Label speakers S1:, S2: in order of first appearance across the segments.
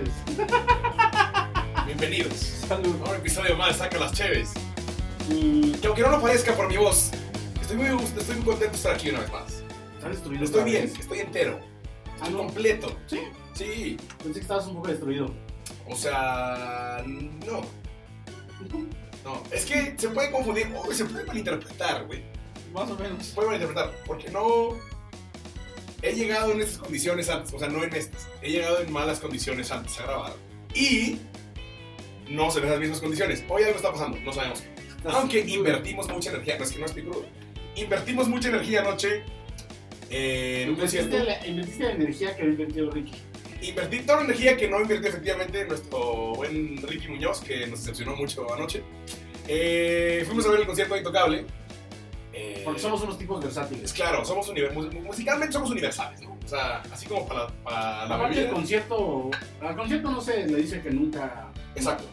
S1: Este,
S2: bienvenidos
S1: Salud.
S2: a un episodio más de Saca las Cheves. Y que aunque no lo parezca por mi voz, estoy muy, gust- estoy muy contento de estar aquí una vez más.
S1: ¿Estás destruido?
S2: Estoy
S1: otra
S2: bien,
S1: vez?
S2: estoy entero,
S1: Ah,
S2: estoy
S1: no.
S2: completo.
S1: Sí.
S2: Sí,
S1: Pensé que estabas un poco destruido.
S2: o sea, no, no. Es que se puede confundir, o se puede malinterpretar, güey.
S1: Más o menos.
S2: Se puede malinterpretar, porque no... He llegado en estas condiciones antes, o sea, no en estas. He llegado en malas condiciones antes a grabar. Y... No se en esas mismas condiciones. Hoy algo está pasando, no sabemos qué.
S1: Estás-
S2: Aunque invertimos mucha energía, no es que no estoy crudo. Invertimos mucha energía anoche eh, en un concierto.
S1: Invertiste la, invertiste la energía que había invertido Ricky.
S2: Invertí toda la energía que no invirtió efectivamente nuestro buen Ricky Muñoz, que nos decepcionó mucho anoche. Eh, fuimos a ver el concierto de Intocable. eh,
S1: Porque somos unos tipos
S2: es
S1: versátiles.
S2: claro, somos univer- mu- musicalmente somos universales, ¿no? O sea, así como para, la- para la
S1: Aparte del
S2: bebida.
S1: concierto, al concierto no se le dice que nunca.
S2: Exacto.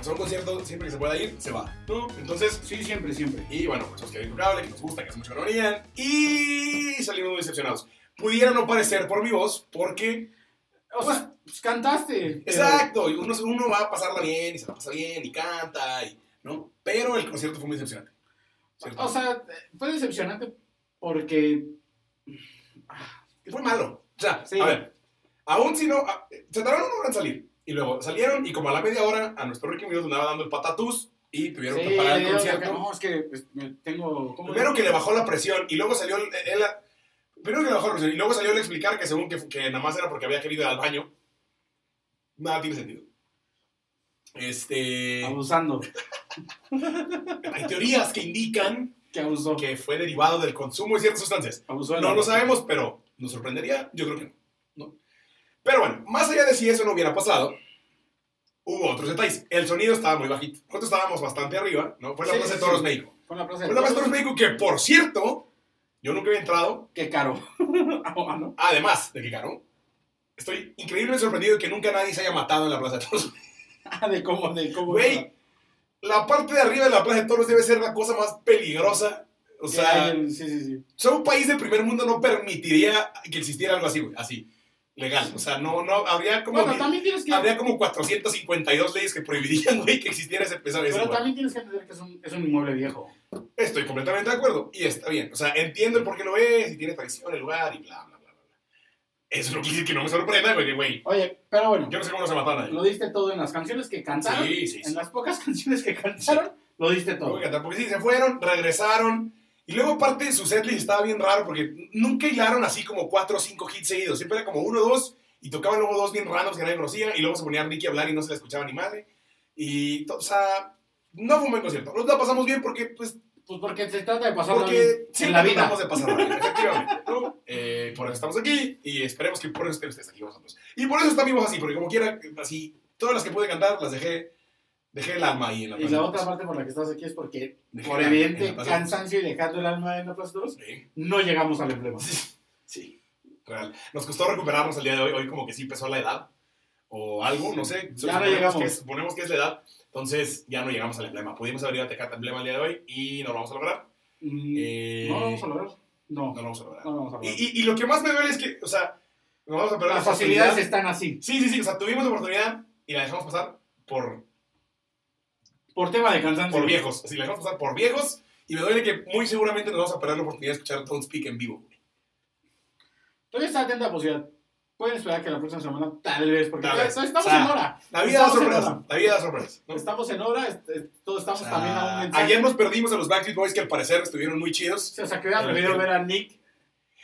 S2: O sea, un concierto, siempre que se pueda ir, se va, ¿no? Entonces,
S1: Sí, siempre, siempre.
S2: Y bueno, pues los que hay cable, que nos gusta, que hace mucho que no venían. Y salimos muy decepcionados. Pudiera no parecer por mi voz, porque.
S1: O sea, pues cantaste. pero-
S2: Exacto, y uno, uno va a pasarla bien, y se la pasa bien, y canta, y, ¿no? Pero el concierto fue muy decepcionante. ¿cierto?
S1: O sea, fue decepcionante porque.
S2: fue malo. O sea,
S1: Sí.
S2: a ver, aún si no. a- se tardaron una hora en salir. Y luego salieron, y como a la media hora, a nuestro Ricky Muñoz le andaba dando el patatús, y tuvieron que
S1: Sí,
S2: parar el
S1: le digo,
S2: concierto.
S1: No, es que pues, me tengo. ¿cómo
S2: Primero
S1: es?
S2: que le bajó la presión y luego salió el- él a- primero que le bajó la presión y luego salió él a explicar que según que, que nada más era porque había querido ir al baño. Nada tiene sentido. Este,
S1: Abusando. Ah.
S2: hay teorías que indican
S1: Que abusó.
S2: que fue derivado del consumo de ciertas sustancias.
S1: Abusó de la-
S2: No lo sabemos, pero nos sorprendería, yo creo que no. ¿no? Pero bueno, más allá de si eso no hubiera pasado, hubo otros detalles. El sonido estaba muy bajito. Nosotros estábamos bastante arriba, ¿no? Fue la
S1: Sí,
S2: Plaza de
S1: sí.
S2: Toros México.
S1: Con la plaza de
S2: Fue la Plaza de
S1: toros.
S2: Toros México que, por cierto, yo nunca había entrado,
S1: Qué caro. Ah, ¿no?
S2: Además de que ganó, estoy increíblemente sorprendido de que nunca nadie se haya matado en la Plaza de Toros.
S1: Ah, de cómo, de cómo.
S2: Güey, la parte de arriba de la Plaza de Toros debe ser la cosa más peligrosa. O
S1: o
S2: sea,
S1: sí, sí, sí.
S2: o sea, un país del primer mundo no permitiría que existiera algo así, güey, así, legal. O sea, no, no, habría como,
S1: Bueno, también tienes que.
S2: habría como 452 leyes que prohibirían, güey, que existiera ese pesar.
S1: pero también tienes que entender que es un, es un inmueble viejo.
S2: Estoy completamente de acuerdo y está bien. O sea, entiendo el por qué lo es y tiene tradición el lugar y bla, bla, bla, bla. bla. Eso es lo que dice que no me sorprenda, güey, que, güey,
S1: Oye, pero bueno,
S2: yo no sé cómo no se mataron a nadie.
S1: lo diste todo en las canciones que cantaron.
S2: Sí, sí, sí.
S1: En las pocas canciones que cantaron, lo diste
S2: Tengo
S1: todo.
S2: que cantar, porque sí, se fueron, regresaron. Y luego aparte su setlist estaba bien raro porque nunca hilaron así como cuatro o cinco hits seguidos. Siempre era como uno o dos y tocaban luego dos bien randoms que nadie conocía y luego se ponía Ricky a hablar y no se le escuchaba ni madre. Y, to- o sea, no fue un buen concierto. Nos la pasamos bien porque, pues,
S1: Pues porque se trata de pasar
S2: porque
S1: en
S2: siempre
S1: la vida.
S2: tratamos de pasarla bien, efectivamente. ¿no? Eh, por eso estamos aquí y esperemos que por eso estén ustedes aquí vosotros. Y por eso está mi voz así, porque como quiera, así, todas las que pude cantar las dejé, dejé el alma ahí en la
S1: Y
S2: plaza.
S1: la otra parte por la que estás aquí es porque,
S2: Dejé
S1: por
S2: el alma en la
S1: evidente
S2: plaza.
S1: cansancio y dejando el alma en la plaza de toros,
S2: Sí.
S1: no llegamos al emblema.
S2: Sí, sí, real. Nos costó recuperarnos el día de hoy, hoy como que sí pesó la edad o algo, no sé.
S1: Ya no
S2: Suponemos
S1: llegamos.
S2: que es- suponemos que es la edad, entonces ya no llegamos al emblema. Pudimos haber ido a Tecate Emblema el día de hoy y no lo vamos a lograr.
S1: Mm,
S2: Eh,
S1: no lo vamos a lograr. No,
S2: no
S1: no
S2: lo vamos a lograr.
S1: lo vamos a
S2: Y,
S1: lograr.
S2: y- y lo que más me duele es que, o sea, nos vamos a perder
S1: Las
S2: la
S1: facilidades
S2: oportunidad.
S1: están así.
S2: Sí, sí, sí, o sea, tuvimos la oportunidad y la dejamos pasar por,
S1: Por tema de cansancio.
S2: por viejos. Sí, la dejamos pasar por viejos y me duele que muy seguramente nos vamos a perder la oportunidad de escuchar Don't Speak en vivo.
S1: Todavía está atenta a la posibilidad. Pueden esperar que la próxima semana, tal vez, porque
S2: Tal
S1: ya-
S2: vez.
S1: estamos
S2: O sea,
S1: en hora.
S2: La vida da
S1: Estamos en
S2: sorpresas,
S1: hora.
S2: la vida da sorpresas. ¿no?
S1: Estamos en hora, este, todos estamos
S2: O sea,
S1: también a un mensaje.
S2: Ah, ayer nos perdimos a los Backstreet Boys que al parecer estuvieron muy chidos.
S1: O sea, que hubiera
S2: Ayer-
S1: preferido ver a Nick.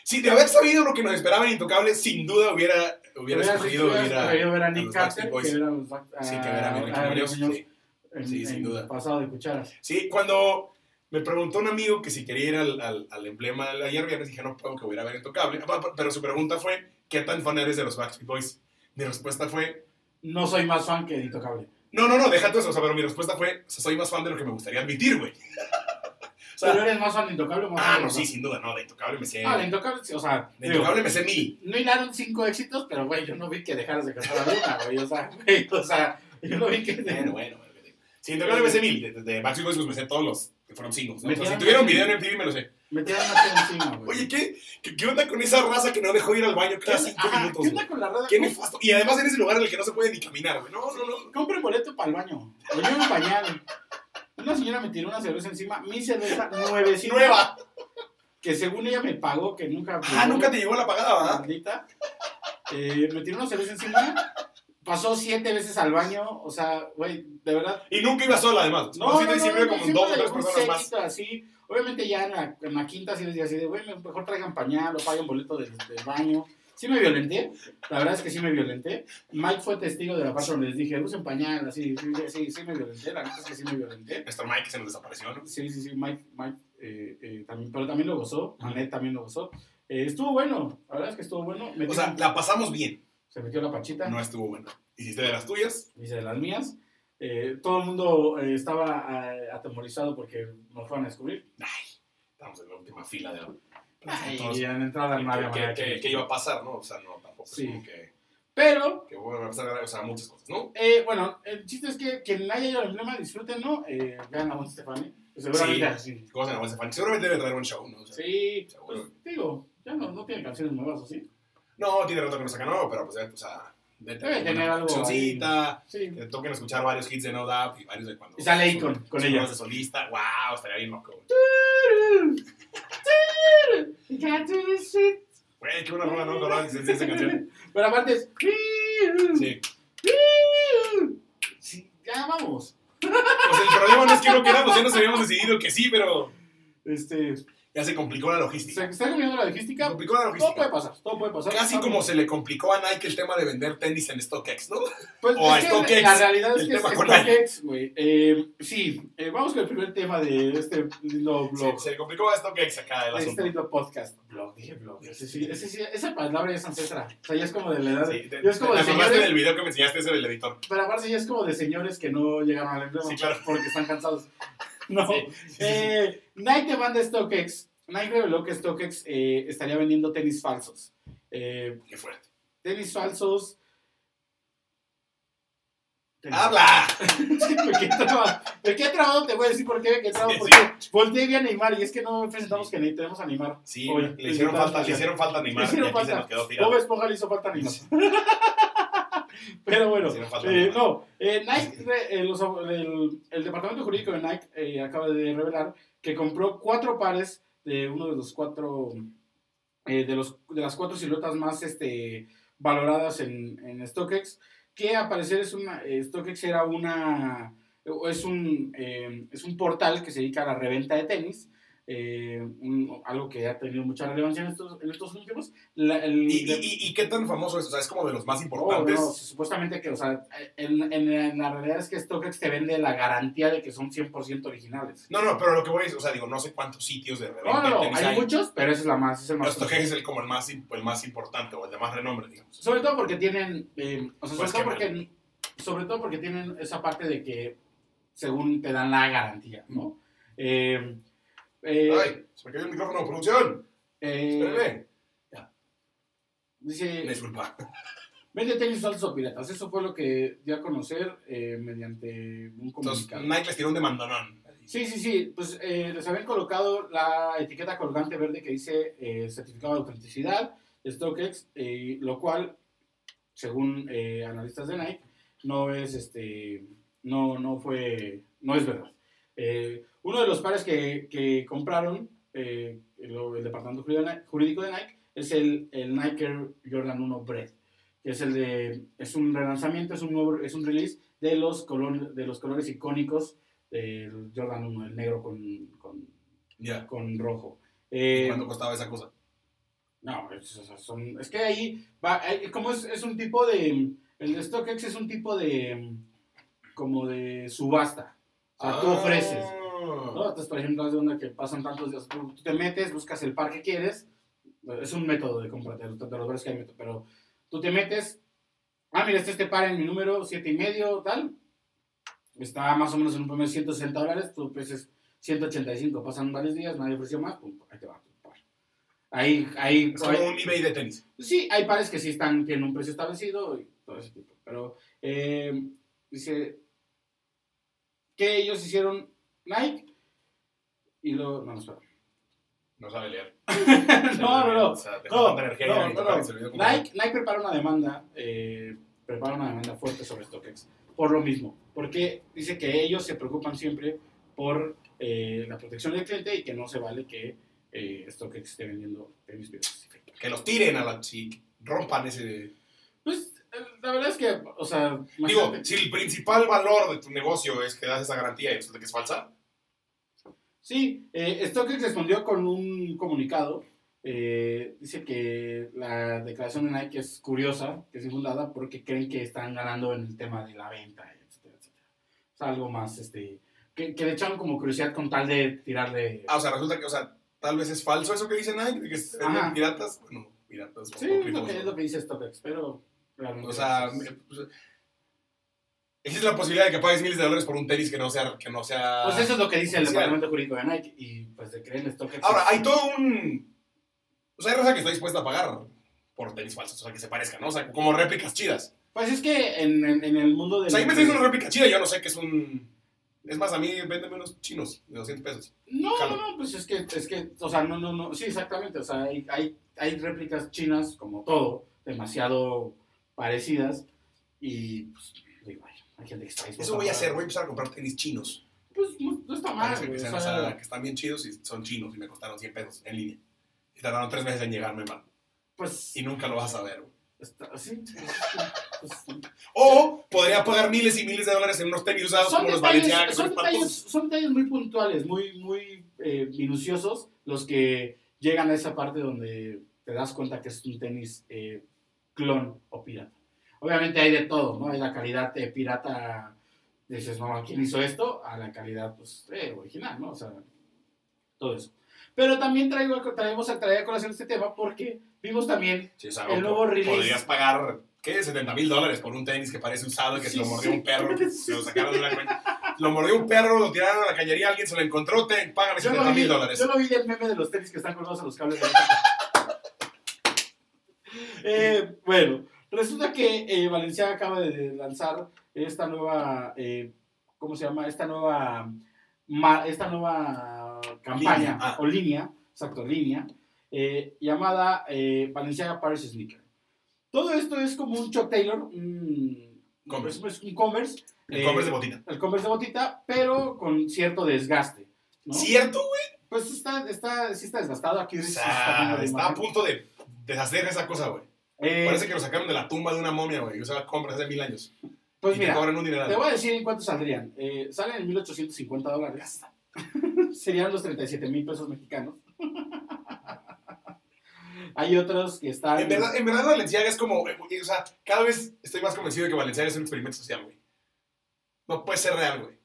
S2: Si de haber sabido lo que nos esperaba en Intocable, sin duda hubiera, hubiera escogido
S1: hubieras
S2: ir a...
S1: preferido ver a
S2: los
S1: Nick
S2: Backstreet
S1: Carter
S2: Boys.
S1: que ver a los Back- a-
S2: Sí, que ver a mi Ricky
S1: a
S2: Muñoz,
S1: Muñoz
S2: sí.
S1: en-
S2: Sí, sin
S1: en
S2: duda.
S1: Pasado de cucharas.
S2: Sí, cuando me preguntó un amigo que si quería ir al, al, al emblema de ayer viernes, dije, no, puedo que voy a ir a ver Intocable. Ah, Pero su pregunta fue, ¿qué tan fan eres de los Backstreet Boys? Mi respuesta fue,
S1: No soy más fan que Edito Cable.
S2: no, no, no, deja todo eso. O sea, pero mi respuesta fue, o sea, soy más fan de lo que me gustaría admitir, güey. o sea,
S1: Pero eres más fan de Intocable o más
S2: ah,
S1: fan de
S2: no,
S1: los
S2: sí,
S1: Backstreet?
S2: sin duda, no, de Intocable me sé...
S1: Ah, de Intocable, sí, o sea,
S2: de
S1: digo,
S2: Intocable me sé mil.
S1: no hilaron cinco éxitos, pero güey, yo no vi que dejaras de cantar a Luna, güey. O sea, güey, o sea, yo no vi que.
S2: Bueno, bueno, bueno. que te- Sí, de verdad me sé mil. De, de, de Backstreet Boys pues me sé todos los que fueron singles. ¿no? O sea, si
S1: Metieron-
S2: tuvieron video en MTV, me lo sé.
S1: Metieron una tela encima, güey.
S2: Oye, ¿qué, qué, qué onda con esa raza que no dejó ir al baño cada
S1: onda-
S2: cinco
S1: ajá,
S2: minutos?
S1: ¿Qué
S2: güey?
S1: onda con la raza?
S2: Qué nefasto. Y además en ese lugar en el que no se puede ni caminar, güey. No, no, no.
S1: Compre boleto para el baño. Le llevo un pañal. Una señora me tiró una cerveza encima, mi cerveza nuevecita.
S2: Nueva.
S1: Que según ella me pagó, que nunca.
S2: Ah, nunca te llegó la pagada, ¿verdad?
S1: Maldita. Eh, me tiró una cerveza encima. Pasó siete veces al baño. O sea, güey, de verdad.
S2: Y nunca iba sola, además. No, sí, siempre como
S1: siempre
S2: dos
S1: le
S2: o tres
S1: llegó un
S2: personas más.
S1: séquito Así. Obviamente ya en la, en la quinta sí les decía así de, güey, mejor traigan pañal o paguen boleto del, del baño. Sí me violenté, la verdad es que sí me violenté. Mike fue testigo de la parte donde les dije, usen pañal, así, sí, sí, sí me violenté, la neta es que sí me violenté.
S2: Nuestro Mike se nos desapareció, ¿no?
S1: Sí, sí, sí, Mike, Mike eh, eh, también, pero también lo gozó, Anet también lo gozó. Eh, estuvo bueno, la verdad es que estuvo bueno.
S2: O
S1: Metí-
S2: sea, la pasamos bien.
S1: se metió la pachita,
S2: No estuvo bueno. Hiciste de las tuyas.
S1: hice de las mías. Eh, todo el mundo eh, estaba eh, atemorizado porque nos fueron a descubrir.
S2: Estamos en la última fila de la. Pues
S1: Ay,
S2: Entonces,
S1: y en entrada no había
S2: ¿qué-
S1: manera
S2: qué-
S1: que-
S2: qué- ¿Qué iba a pasar, no? O sea, no, tampoco. es
S1: Sí.
S2: como que,
S1: Pero,
S2: que bueno, a pasar, o sea, muchas cosas, ¿no?
S1: eh, bueno, el chiste es que quien haya ido al emblema, disfrútenlo. Eh, vean a Juan Stefani. Pues Seguramente sí.
S2: Cosas en la bolsa fan. Seguramente debe traer un show, ¿no? O sea,
S1: Sí,
S2: Seguro.
S1: pues, digo, ya no, no tiene canciones nuevas, ¿o sí?
S2: No, tiene rato que no saca nuevo, pero pues, eh, o sea, debe
S1: Debe tener
S2: una
S1: algo
S2: cancioncita,
S1: Sí.
S2: que toquen escuchar varios hits de No Doubt y varios de cuando.
S1: Y sale Akon con
S2: cuando
S1: ella.
S2: es de solista. ¡Wow! Estaría bien loco. güey. Güey, qué buena rola, ¿no? Con esa canción.
S1: Pero aparte es.
S2: Sí.
S1: Sí, ya vamos.
S2: Pues el problema no es que no queramos, ya nos habíamos decidido que sí, pero
S1: Este,
S2: ya se complicó la logística.
S1: se está cambiando la
S2: Se
S1: logística.
S2: complicó la
S1: Todo puede
S2: logística.
S1: pasar, todo puede pasar.
S2: Casi
S1: Vamos.
S2: como se le complicó a Nike el tema de vender tenis en StockX, ¿no?
S1: Pues es
S2: O a
S1: que
S2: StockX,
S1: La realidad es
S2: el
S1: que es
S2: tema con Nike.
S1: StockX, güey. Eh, sí, eh, vamos con el primer tema de este lindo
S2: Se,
S1: blog.
S2: se le complicó a StockX acá el
S1: de este
S2: asunto.
S1: lindo podcast. Blog, dije blog. Ese sí, ese sí, esa palabra es ancestral. O sea, ya es como de la edad.
S2: Sí, te-
S1: Yo es como
S2: ¿Te
S1: de
S2: acordaste
S1: señores.
S2: del video que me enseñaste ese del editor?
S1: Pero aparte ya es como de señores que no llegaron al empleo
S2: Sí, claro.
S1: porque están cansados. No.
S2: Sí, sí, sí.
S1: Eh, Nike te manda StockX. Nike reveló que StockX eh, estaría vendiendo tenis falsos. Eh,
S2: Qué fuerte.
S1: tenis falsos. Tenis-
S2: ¡Habla!
S1: ¿Por qué traba? ¿Por qué trabado? Te voy a decir por qué. ¿Qué trabado?
S2: Sí,
S1: Porque volteé y vi a Neymar y es que no presentamos que ne- tenemos a Neymar.
S2: Sí,
S1: Oye,
S2: le, hicieron
S1: estaba
S2: falta, le
S1: escuchando.
S2: hicieron falta animar
S1: Le hicieron
S2: y aquí
S1: falta.
S2: se nos quedó tirado.
S1: Bob Esponja le hizo falta a Neymar. Pero bueno,
S2: Sí, no falta
S1: eh,
S2: Neymar.
S1: no, eh, Nike, re- eh, los abo- el, el departamento jurídico de Nike eh, acaba de revelar que compró cuatro pares de uno de los cuatro, eh, de, los, de las cuatro siluetas más este, valoradas en, en StockX, que a parecer es una, eh, StockX era una, es un, eh, es un portal que se dedica a la reventa de tenis. eh, un- algo que ha tenido mucha relevancia en estos, en estos últimos. La- el-
S2: ¿Y, y, y- y qué tan famoso es? O sea, es como de los más importantes.
S1: Oh, no, supuestamente que, o sea, en, en- en la realidad es que StockX te vende la garantía de que son 100% originales.
S2: no. no, pero lo que voy es, o sea, digo, no sé cuántos sitios de reventa
S1: No, no, no,
S2: de tenis
S1: hay
S2: hay.
S1: muchos, pero ese es la más, es el
S2: Pero
S1: más.
S2: esto que es el, como el más, el más importante o el de más renombre, digamos.
S1: Sobre todo porque tienen, eh, o sea, sobre,
S2: Pues
S1: todo
S2: qué
S1: porque, sobre todo porque tienen esa parte de que según te dan la garantía, ¿no? Eh, eh,
S2: Ay, se me cayó el micrófono, producción.
S1: eh,
S2: Espérame.
S1: dice,
S2: Disculpa.
S1: vende tenis falsos o piratas. Eso fue lo que dio a conocer eh, mediante un
S2: Entonces,
S1: comunicado.
S2: Nike les tiró un demandonón.
S1: Sí, sí, sí. Pues eh, les habían colocado la etiqueta colgante verde que dice eh, certificado de autenticidad, StockX, eh, lo cual, según eh, analistas de Nike, no es este, no, no fue, no es verdad. Eh, uno de los pares que, que compraron eh, lo- el departamento jurídico de Ni- jurídico de Nike es el, el Nike Air Jordan 1 Bread, que es el de, es un relanzamiento, es un nuevo, es un release de los color- de los colores icónicos del Jordan 1, el negro con, con,
S2: Ya.
S1: con rojo.
S2: ¿Y
S1: Eh,
S2: ¿Cuánto costaba esa cosa?
S1: no, es, o sea, son- es que ahí va, eh, como es, es un tipo de, el de StockX es un tipo de, como de subasta. O sea, tú
S2: Ah.
S1: ofreces. ¿no? Entonces, por ejemplo, es donde que pasan tantos días. Tú, tú te metes, buscas el par que quieres. Es un método de compra, de, los- de los varios que hay método, pero tú te metes. Ah, mira, está este par en mi número, siete y medio, tal. Está más o menos en un promedio de 160 dólares, tú ofreces 185. Pasan varios días, nadie ofreció más, pum, ahí te va tu par. Ahí, ahí,
S2: Es como un eBay de tenis.
S1: Pues Sí, hay pares que sí están, tienen un precio establecido y todo ese tipo. Pero eh, dice que ellos hicieron Nike Y luego, no, no, espera.
S2: No sabe leer.
S1: no, no, no.
S2: O sea, dejó
S1: No,
S2: tanta energía
S1: no,
S2: ahí ahorita
S1: no,
S2: para
S1: no.
S2: que se le dio como-
S1: Nike, Nike prepara una demanda, eh, prepara una demanda fuerte sobre StockX, por lo mismo, porque dice que ellos se preocupan siempre por eh, la protección del cliente y que no se vale que eh, StockX esté vendiendo tenis piratas.
S2: Que los tiren a la chica. Rompan ese.
S1: Pues eh, la verdad es que, o sea,
S2: Digo,
S1: imagínate-
S2: si el principal valor de tu negocio es que das esa garantía y resulta que es falsa,
S1: Sí, eh, StockX respondió con un comunicado. eh, dice que la declaración de Nike es curiosa, que es infundada, porque creen que están ganando en el tema de la venta, etcétera, etcétera. O sea, algo más, este, que, que le echaron como curiosidad con tal de tirarle...
S2: ah, o sea, resulta que, o sea, tal vez es falso eso que dice Nike, de que se venden
S1: Ajá.
S2: piratas. Bueno, piratas.
S1: sí,
S2: poco
S1: es lo, que, es
S2: cricosos.
S1: lo que dice StockX, pero... realmente
S2: O sea,
S1: es-
S2: pues, existe la posibilidad de que pagues miles de dólares por un tenis que no sea. Que no sea...
S1: Pues eso es lo que dice el
S2: oficial.
S1: departamento jurídico de Nike, y pues de creer en StockX...
S2: Ahora,
S1: es-
S2: hay todo un. O sea, hay raza que está dispuesta a pagar por tenis falsos, o sea, que se parezcan, ¿no? O sea, como réplicas chidas.
S1: Pues es que en, en- en el mundo de...
S2: O sea, ahí me traes una réplica chida, yo no sé qué es un. Es más, a mí véndeme unos chinos de 200 pesos.
S1: No,
S2: Jalo.
S1: no, pues es que, es que, o sea, no, no, no, sí, exactamente, o sea, hay, hay, hay réplicas chinas, como todo, demasiado parecidas, y pues, digo, ay, hay gente que está dispuesta
S2: Eso voy a
S1: pagar.
S2: hacer, voy a empezar a comprar tenis chinos.
S1: Pues no, no está mal,
S2: Parece
S1: güey,
S2: que,
S1: o
S2: sean,
S1: sea,
S2: Ah, o sea, que están bien chidos y son chinos y me costaron 100 pesos en línea. Y tardaron tres meses en llegarme mal.
S1: pues,
S2: Y nunca lo vas a ver. güey.
S1: está- sí, pues, pues,
S2: O podría pagar miles y miles de dólares en unos tenis usados
S1: son
S2: como los
S1: detalles,
S2: Balenciaga,
S1: son
S2: son
S1: detalles,
S2: patos.
S1: son detalles muy puntuales, muy, muy eh, minuciosos, los que llegan a esa parte donde te das cuenta que es un tenis eh, clon o pirata. Obviamente hay de todo, ¿no? Hay la calidad eh, pirata, dices, no, ¿quién hizo esto? A la calidad, pues, eh, original, ¿no? O sea, todo eso. Pero también traigo, traemos a traer a colación este tema porque vimos también
S2: Sí, o sea,
S1: El
S2: o-
S1: nuevo release.
S2: Podrías pagar, ¿qué? 70 mil dólares por un tenis que parece usado y que
S1: Sí,
S2: se lo mordió
S1: sí.
S2: un perro.
S1: Sí,
S2: Se lo
S1: sí.
S2: sacaron de una cuenta. Lo mordió un perro, lo tiraron a la cañería, alguien se lo encontró, te págame
S1: Yo lo,
S2: 70
S1: vi,
S2: mil dólares.
S1: yo lo vi del meme de los tenis que están colgados a los cables. de eh, bueno, resulta que eh, Valencia acaba de lanzar esta nueva, eh, ¿cómo se llama? Esta nueva, ma- esta nueva campaña
S2: Línea, ah.
S1: o línea, exacto, línea, eh, llamada eh, Valenciaga Paris Sneaker. Todo esto es como un Chuck Taylor, un
S2: Converse.
S1: es un Converse,
S2: El
S1: eh,
S2: comer de botina.
S1: el Converse de botita, pero con cierto desgaste. ¿no?
S2: ¿Cierto? güey?
S1: Pues está, está, sí está desgastado aquí.
S2: O
S1: sí
S2: sea,
S1: está
S2: Ah, está a
S1: muy mal.
S2: punto de deshacer esa cosa, güey.
S1: Eh,
S2: Parece que lo sacaron de la tumba de una momia, güey. O sea, la compras hace mil años.
S1: pues
S2: y
S1: mira,
S2: te cobran un dineral.
S1: te voy a decir en cuánto saldrían. Eh, salen en 1850 dólares. Serían los 37 mil pesos mexicanos. Hay otros que están.
S2: En verdad, en verdad Valenciaga es como, eh, o sea, cada vez estoy más convencido de que Valenciaga es un experimento social, güey. No puede ser real, güey.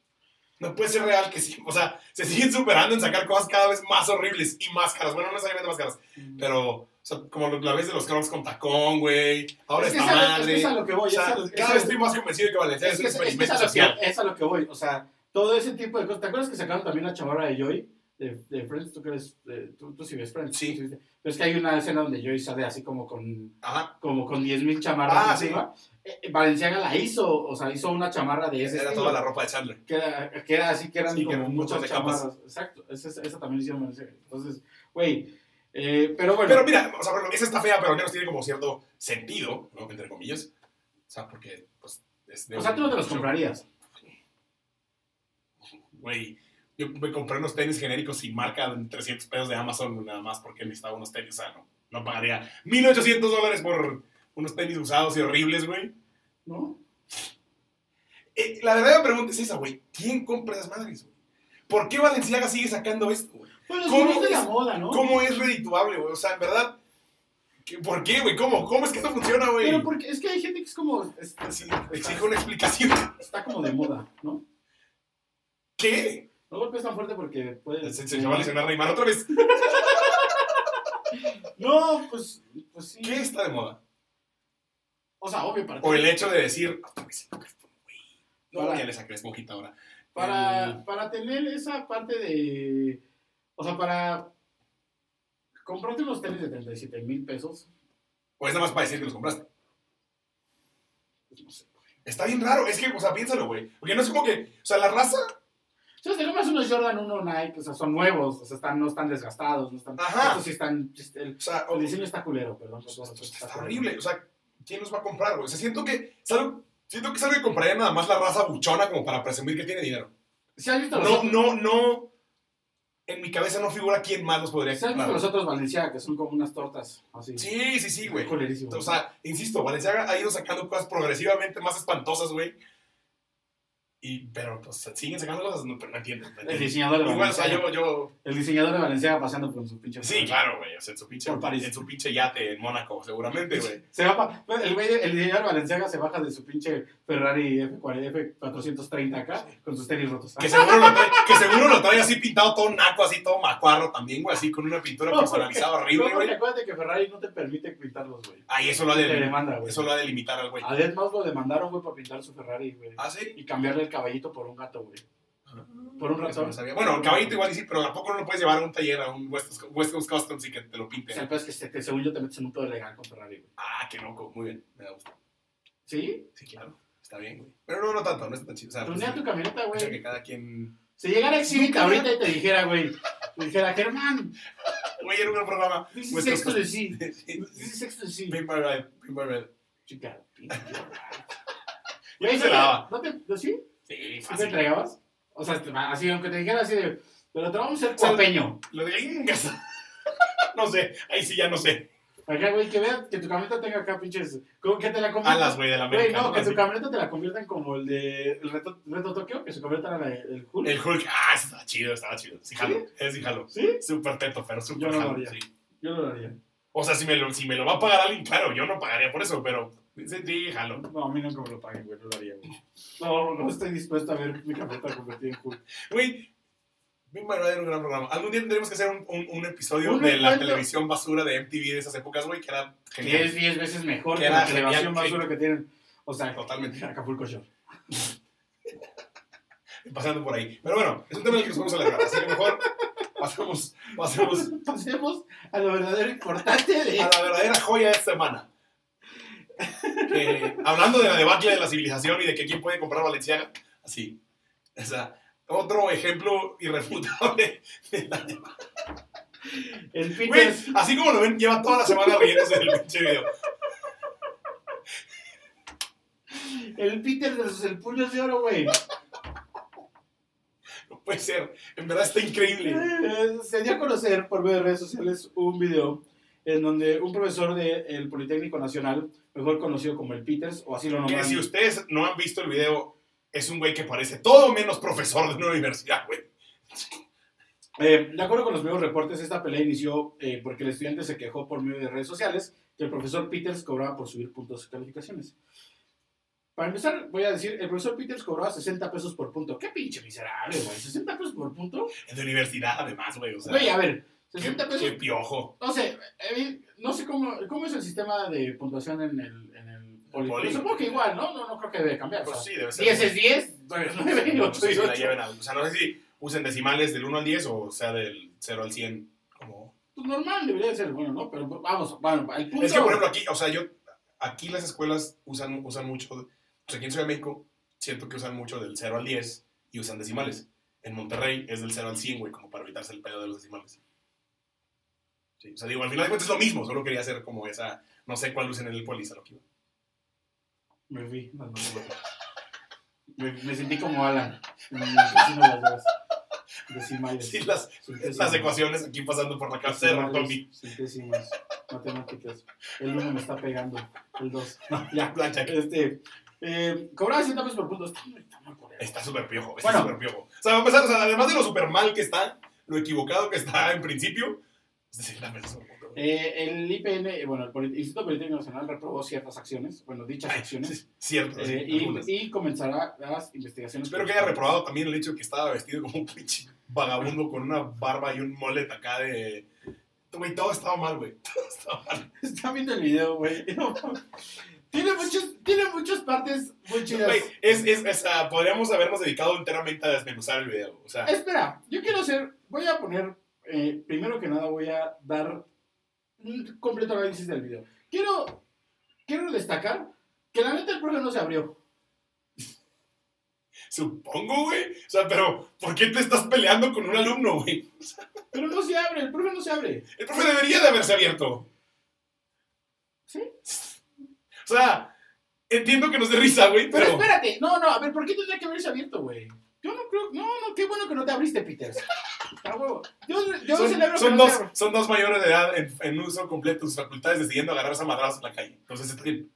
S2: No puede ser real que sí. O sea, se siguen superando en sacar cosas cada vez más horribles y más caras. Bueno, no necesariamente más caras, pero, o sea, como lo- la vez de los Crocs con tacón, güey. Ahora
S1: es que
S2: está
S1: es a- es que
S2: madre.
S1: es a lo que voy.
S2: O sea,
S1: es a lo- es
S2: cada
S1: a-
S2: vez estoy más convencido de que Valenciaga
S1: Es
S2: es,
S1: que
S2: un
S1: es, es que es
S2: experimento
S1: a, lo
S2: social.
S1: que, es a lo que voy, o sea, todo ese tipo de cosas. ¿Te acuerdas que sacaron también la chamarra de Joy? De, de Friends, tú que eres, de- tú, tú sí ves Friends.
S2: Sí.
S1: viste. Pero es que hay una escena donde Joy sale así como con,
S2: Ajá.
S1: como con 10.000 chamarras.
S2: Ah,
S1: encima. Eh, eh, Valenciaga la hizo, o sea, hizo una chamarra de ese
S2: Era
S1: estilo,
S2: toda la ropa de Chandler.
S1: que, era, que era así, que eran
S2: Sí, que
S1: como
S2: eran un montón
S1: muchas
S2: de capas.
S1: chamarras. Exacto, esa, esa también hicieron Valenciaga. Entonces, güey, eh, pero bueno.
S2: Pero mira, o sea, bueno, esa está fea, pero al menos tiene como cierto sentido, ¿no? Entre comillas. O sea, porque, pues, es de
S1: o sea,
S2: un-
S1: tú no te los comprarías.
S2: Güey, yo me compré unos tenis genéricos sin marca en 300 pesos de Amazon nada más porque necesitaba unos tenis. O sea, no, no pagaría 1800 dólares por unos tenis usados y horribles, güey.
S1: ¿No?
S2: Eh, la verdadera pregunta es esa, güey. ¿Quién compra esas madres, güey? ¿Por qué Valenciaga sigue sacando esto, güey?
S1: Bueno, es
S2: ¿Cómo
S1: como Pues de la
S2: es-
S1: moda, ¿no?
S2: ¿Cómo es redituable, güey? O sea, en verdad, ¿qué- ¿por qué, güey? ¿Cómo? ¿Cómo es que esto funciona, güey?
S1: Pero porque es que hay gente que es como. es-
S2: Sí, exige una explicación.
S1: está como de moda, ¿no?
S2: ¿Qué?
S1: No golpes tan fuerte porque puede.
S2: Se, se va a lesionar Neymar otra vez.
S1: No, pues, pues sí.
S2: ¿Qué está de moda?
S1: O sea, obvio, para,
S2: O el hecho de decir, otra vez, otra vez, güey. No,
S1: Para-
S2: ya le saqué la esponjita ahora.
S1: para, para tener esa parte de. O sea, para comprarte unos tenis de 37 mil pesos,
S2: O es nada más para decir que los compraste.
S1: pues no sé. pues,
S2: Está bien raro. Es que, o sea, piénsalo, güey. Porque no es como que, o sea, la raza. O
S1: Entonces te compras unos Jordan 1 Nike, o sea, son nuevos, o sea, están, no están desgastados, no están...
S2: Ajá.
S1: Estos sí están... El,
S2: O sea,
S1: el diseño está culero, perdón.
S2: Pues,
S1: perdón,
S2: esto
S1: está
S2: está
S1: culero.
S2: horrible. O sea, ¿quién los va a comprar, güey? O sea, siento que es algo, siento que es algo que compraría nada más la raza buchona como para presumir que tiene dinero.
S1: Pues ¿Sí has visto los
S2: No, no, no. En mi cabeza no figura quién más los podría
S1: ¿Sabes que
S2: comprar.
S1: los otros Valenciaga, que son como unas tortas? Así.
S2: Sí, sí, sí, güey.
S1: Culerísimo.
S2: O sea, insisto, Valenciaga ha ido sacando cosas progresivamente más espantosas, güey. Y, pero, pues, siguen sacando cosas, no, pero no entiendo. no
S1: el
S2: entiendo.
S1: diseñador de
S2: Igual, o sea,
S1: Valenciaga.
S2: yo, yo,
S1: El diseñador de Valenciaga pasando por su pinche.
S2: sí, claro, güey, o sea, en su pinche,
S1: Por París.
S2: en su pinche yate en Mónaco, seguramente, güey.
S1: Se va pa- el, güey de- el diseñador de Valenciaga se baja de su pinche Ferrari F40, F430 acá con sus tenis rotos. Ah,
S2: Que seguro, lo trae, que seguro lo trae así pintado todo naco, así todo macuarro también, güey, así con una pintura
S1: No,
S2: personalizada
S1: No,
S2: horrible,
S1: porque
S2: güey.
S1: acuérdate que Ferrari no te permite pintarlos, güey.
S2: Ahí eso lo ha
S1: Te
S2: de,
S1: demanda, güey.
S2: eso lo ha de limitar al güey.
S1: A Dead Mouse lo demandaron, güey, por pintar su Ferrari, güey.
S2: ¿Ah, sí? Ah,
S1: Y cambiarle el caballito por un gato, güey. Por un
S2: Eso
S1: ratón.
S2: no sabía. Bueno, el caballito igual y sí, pero tampoco no lo puedes llevar a un taller, a un West Coast, West Coast Customs y que te lo
S1: O sea,
S2: pinten.
S1: el peor es que, se- que según yo te metes en un pedo legal con Ferrari, güey.
S2: Ah, qué loco, muy bien, me da gusto.
S1: ¿Sí?
S2: Sí, claro, está bien, güey. Pero no, no tanto, no está tan chido. O sea, pues,
S1: Tunea tu camioneta,
S2: o sea,
S1: güey.
S2: que cada quien.
S1: Si llegara Exhibit ahorita y te dijera, güey, te dijera, Germán,
S2: Güey, era un programa.
S1: this
S2: Pues,
S1: is
S2: pues,
S1: ecstasy. This
S2: Pink
S1: is ecstasy.
S2: by Red, Pink by Red.
S1: Chica, pinche.
S2: Yo
S1: Güey,
S2: se la daba.
S1: ¿No te, no, sí?
S2: Sí,
S1: ¿Sí te
S2: fácil.
S1: entregabas? O sea, te- así, aunque te dijera así de, pero te vamos a hacer
S2: O sea,
S1: cuapeño.
S2: Lo de ingas. No sé, ahí sí ya no sé.
S1: Acá, güey, que vean que tu camioneta tenga acá pinches. Como que te la conviertan.
S2: Alas, güey, de la
S1: Güey,
S2: América.
S1: no, que
S2: Así.
S1: tu camioneta te la conviertan como el de el reto, reto Tokio, que se conviertan en el Hulk.
S2: El Hulk, ah, ese estaba chido, estaba chido. Sí, jalo, es sí, jalo.
S1: ¿Sí?
S2: Súper teto, pero súper
S1: Yo no lo
S2: jalo,
S1: haría.
S2: sí.
S1: Yo no lo haría.
S2: O sea, si me, lo, si me lo va a pagar alguien, claro, yo no pagaría por eso, pero sí, sí, jalo.
S1: No, a mí nunca me lo paguen, güey, no lo haría, güey. No, no estoy dispuesto a ver mi camioneta convertida en Hulk.
S2: Güey, Big Brother era un gran programa. Algún día tendremos que hacer un, un- un episodio
S1: Un
S2: de la
S1: encuentro.
S2: televisión basura de MTV de esas épocas, güey, que era
S1: que es
S2: genial.
S1: 10 veces mejor
S2: Que
S1: que
S2: era
S1: la
S2: genial,
S1: elevación más
S2: sí.
S1: dura que tienen. O sea,
S2: Totalmente.
S1: Acapulco Shore.
S2: Pasando por ahí. Pero bueno, es un tema del que nos vamos a alargar, así que mejor pasamos, pasamos
S1: Pues, Pasemos a lo verdadero importante de.
S2: a la verdadera joya de esta semana. Que, hablando de la debacle de la civilización y de que quién puede comprar Valenciaga, así. O sea, otro ejemplo irrefutable de la
S1: El
S2: Güey,
S1: Peter.
S2: así como lo ven, lleva toda la semana riéndose del pinche video.
S1: El Peter versus el puño de oro, güey.
S2: No puede ser. En verdad está increíble.
S1: Eh, Se dio a conocer por medio de redes sociales un video en donde un profesor del Politécnico Nacional, mejor conocido como el Peters, o así lo
S2: Que
S1: nombran.
S2: si ustedes no han visto el video, es un güey que parece todo menos profesor de una universidad, güey.
S1: Eh, de acuerdo con los primeros reportes, esta pelea inició eh, porque el estudiante se quejó por medio de redes sociales que el profesor Peters cobraba por subir puntos y calificaciones. Para empezar, voy a decir, el profesor Peters cobraba 60 pesos por punto. ¡Qué pinche miserable, güey! ¿60 pesos por punto?
S2: Es de universidad, además, güey. O sea,
S1: Güey, a ver,
S2: qué,
S1: 60
S2: qué
S1: pesos...
S2: piojo.
S1: No sé, eh, no sé cómo, cómo es el sistema de puntuación en el, en el poli.
S2: poli.
S1: Pero supongo que igual, ¿no? No, no creo que debe cambiar. o
S2: Pues
S1: sea,
S2: sí, debe ser.
S1: 10 es 10, 9 es 9,
S2: No
S1: 8
S2: sé
S1: es
S2: si la
S1: 8.
S2: lleven a- O sea, no sé si usen decimales del 1 al 10 o sea del 0 al 100. Como...
S1: Pues normal, debería de ser bueno, ¿no? Pero vamos, bueno, el punto...
S2: Es que, por ejemplo, aquí, o sea, yo, aquí las escuelas usan, usan mucho, o sea, aquí en Ciudad de México siento que usan mucho del 0 al 10 y usan decimales. En Monterrey es del 0 al 100, güey, como para evitarse el pedo de los decimales. Sí, o sea, digo, al final de cuentas es lo mismo, solo quería hacer como esa, no sé cuál usen en el polis, a lo que iba.
S1: Me fui. no, no, no. Me, me sentí como Alan. en el Casino de Las Vegas. Decimales.
S2: Sí, las,
S1: centésimas,
S2: las ecuaciones aquí pasando por la casa de
S1: decimales,
S2: Rotomi,
S1: Centésimas. Matemáticas. El uno me está pegando. El 2.
S2: la plancha.
S1: Este. Eh, cobraba 100 pesos por punto. Está muy, está muy culero.
S2: Está súper piojo, está
S1: Bueno.
S2: súper piojo. O sea, va a empezar, o sea, además de lo súper mal que está, lo equivocado que está en principio, es decir, la persona.
S1: Eh, el IPN, eh, bueno, el Polit- Instituto Politécnico Nacional reprobó ciertas acciones, bueno, dichas
S2: Ay,
S1: acciones,
S2: Ah, sí, Cierto, sí,
S1: eh, y,
S2: algunas.
S1: y comenzará las investigaciones.
S2: Espero que haya reprobado también el hecho de que estaba vestido como un pinche vagabundo con una barba y un molet acá de. Güey, todo estaba mal, güey. Todo estaba mal.
S1: Está viendo el video, güey. No, tiene, muchos, tiene muchas partes muy chidas.
S2: Güey, es, es, es, ah, podríamos habernos dedicado enteramente a desmenuzar el video. O sea,
S1: Espera, yo quiero hacer. Voy a poner. eh, primero que nada, voy a dar un completo análisis del video. Quiero, quiero destacar que la neta el profe no se abrió.
S2: Supongo, güey. O sea, pero ¿por qué te estás peleando con un alumno, güey?
S1: Pero no se abre, el profe no se abre.
S2: El profe debería de haberse abierto.
S1: Sí.
S2: O sea, entiendo que nos dé risa, güey,
S1: Pero
S2: pero...
S1: espérate, no, no, a ver, ¿por qué tendría que haberse abierto, güey? Yo no creo, no, no, qué bueno que no te abriste, Peters. A huevo. Yo, yo
S2: son,
S1: celebro
S2: son
S1: que no
S2: dos,
S1: te abra.
S2: son dos mayores de edad en, en uso completo sus facultades decidiendo agarrarse a madrazos en la calle. Entonces está bien.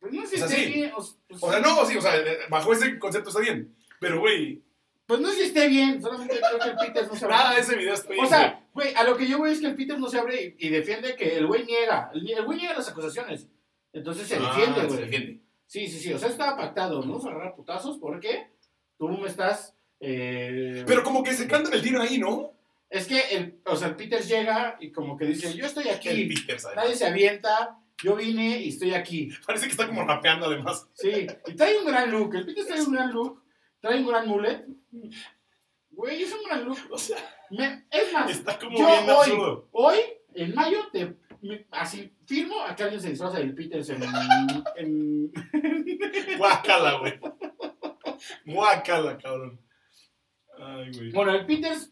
S1: Pues no sé
S2: O sea,
S1: si
S2: sí.
S1: esté bien, o, pues-
S2: O sea, no, sí, o sea, eh, bajo ese concepto está bien. Pero, güey,
S1: Pues no sé si esté bien, solamente creo que el Peters no se
S2: nada de
S1: abre.
S2: ese video está bien.
S1: O sea, güey, a lo que yo voy es que el Peters no se abre y, y defiende que el güey niega. El, el güey niega las acusaciones. Entonces se
S2: güey. Ah,
S1: defiende, güey.
S2: Se defiende.
S1: Sí, sí, sí. O sea, estaba pactado. No nos agarrar putazos porque tú me estás. eh,
S2: Pero como que se cantan el tiro ahí, ¿no?
S1: es que el, o sea, el Peters llega y como que dice, yo estoy
S2: El
S1: aquí.
S2: Peter, ¿sabes?
S1: Nadie se avienta. Yo vine y estoy aquí.
S2: Parece que está como rapeando además.
S1: Sí. Y trae un gran look. El Peters trae un gran look. Trae un gran mullet. Güey, es un gran look.
S2: O sea,
S1: Me- es más,
S2: está como
S1: Yo
S2: bien
S1: hoy-
S2: absurdo.
S1: hoy, en mayo, te me- así firmo a que alguien se disfraza del Peters en, en-
S2: Guácala, güey. Guácala, cabrón. Ay, güey.
S1: Bueno, el Peters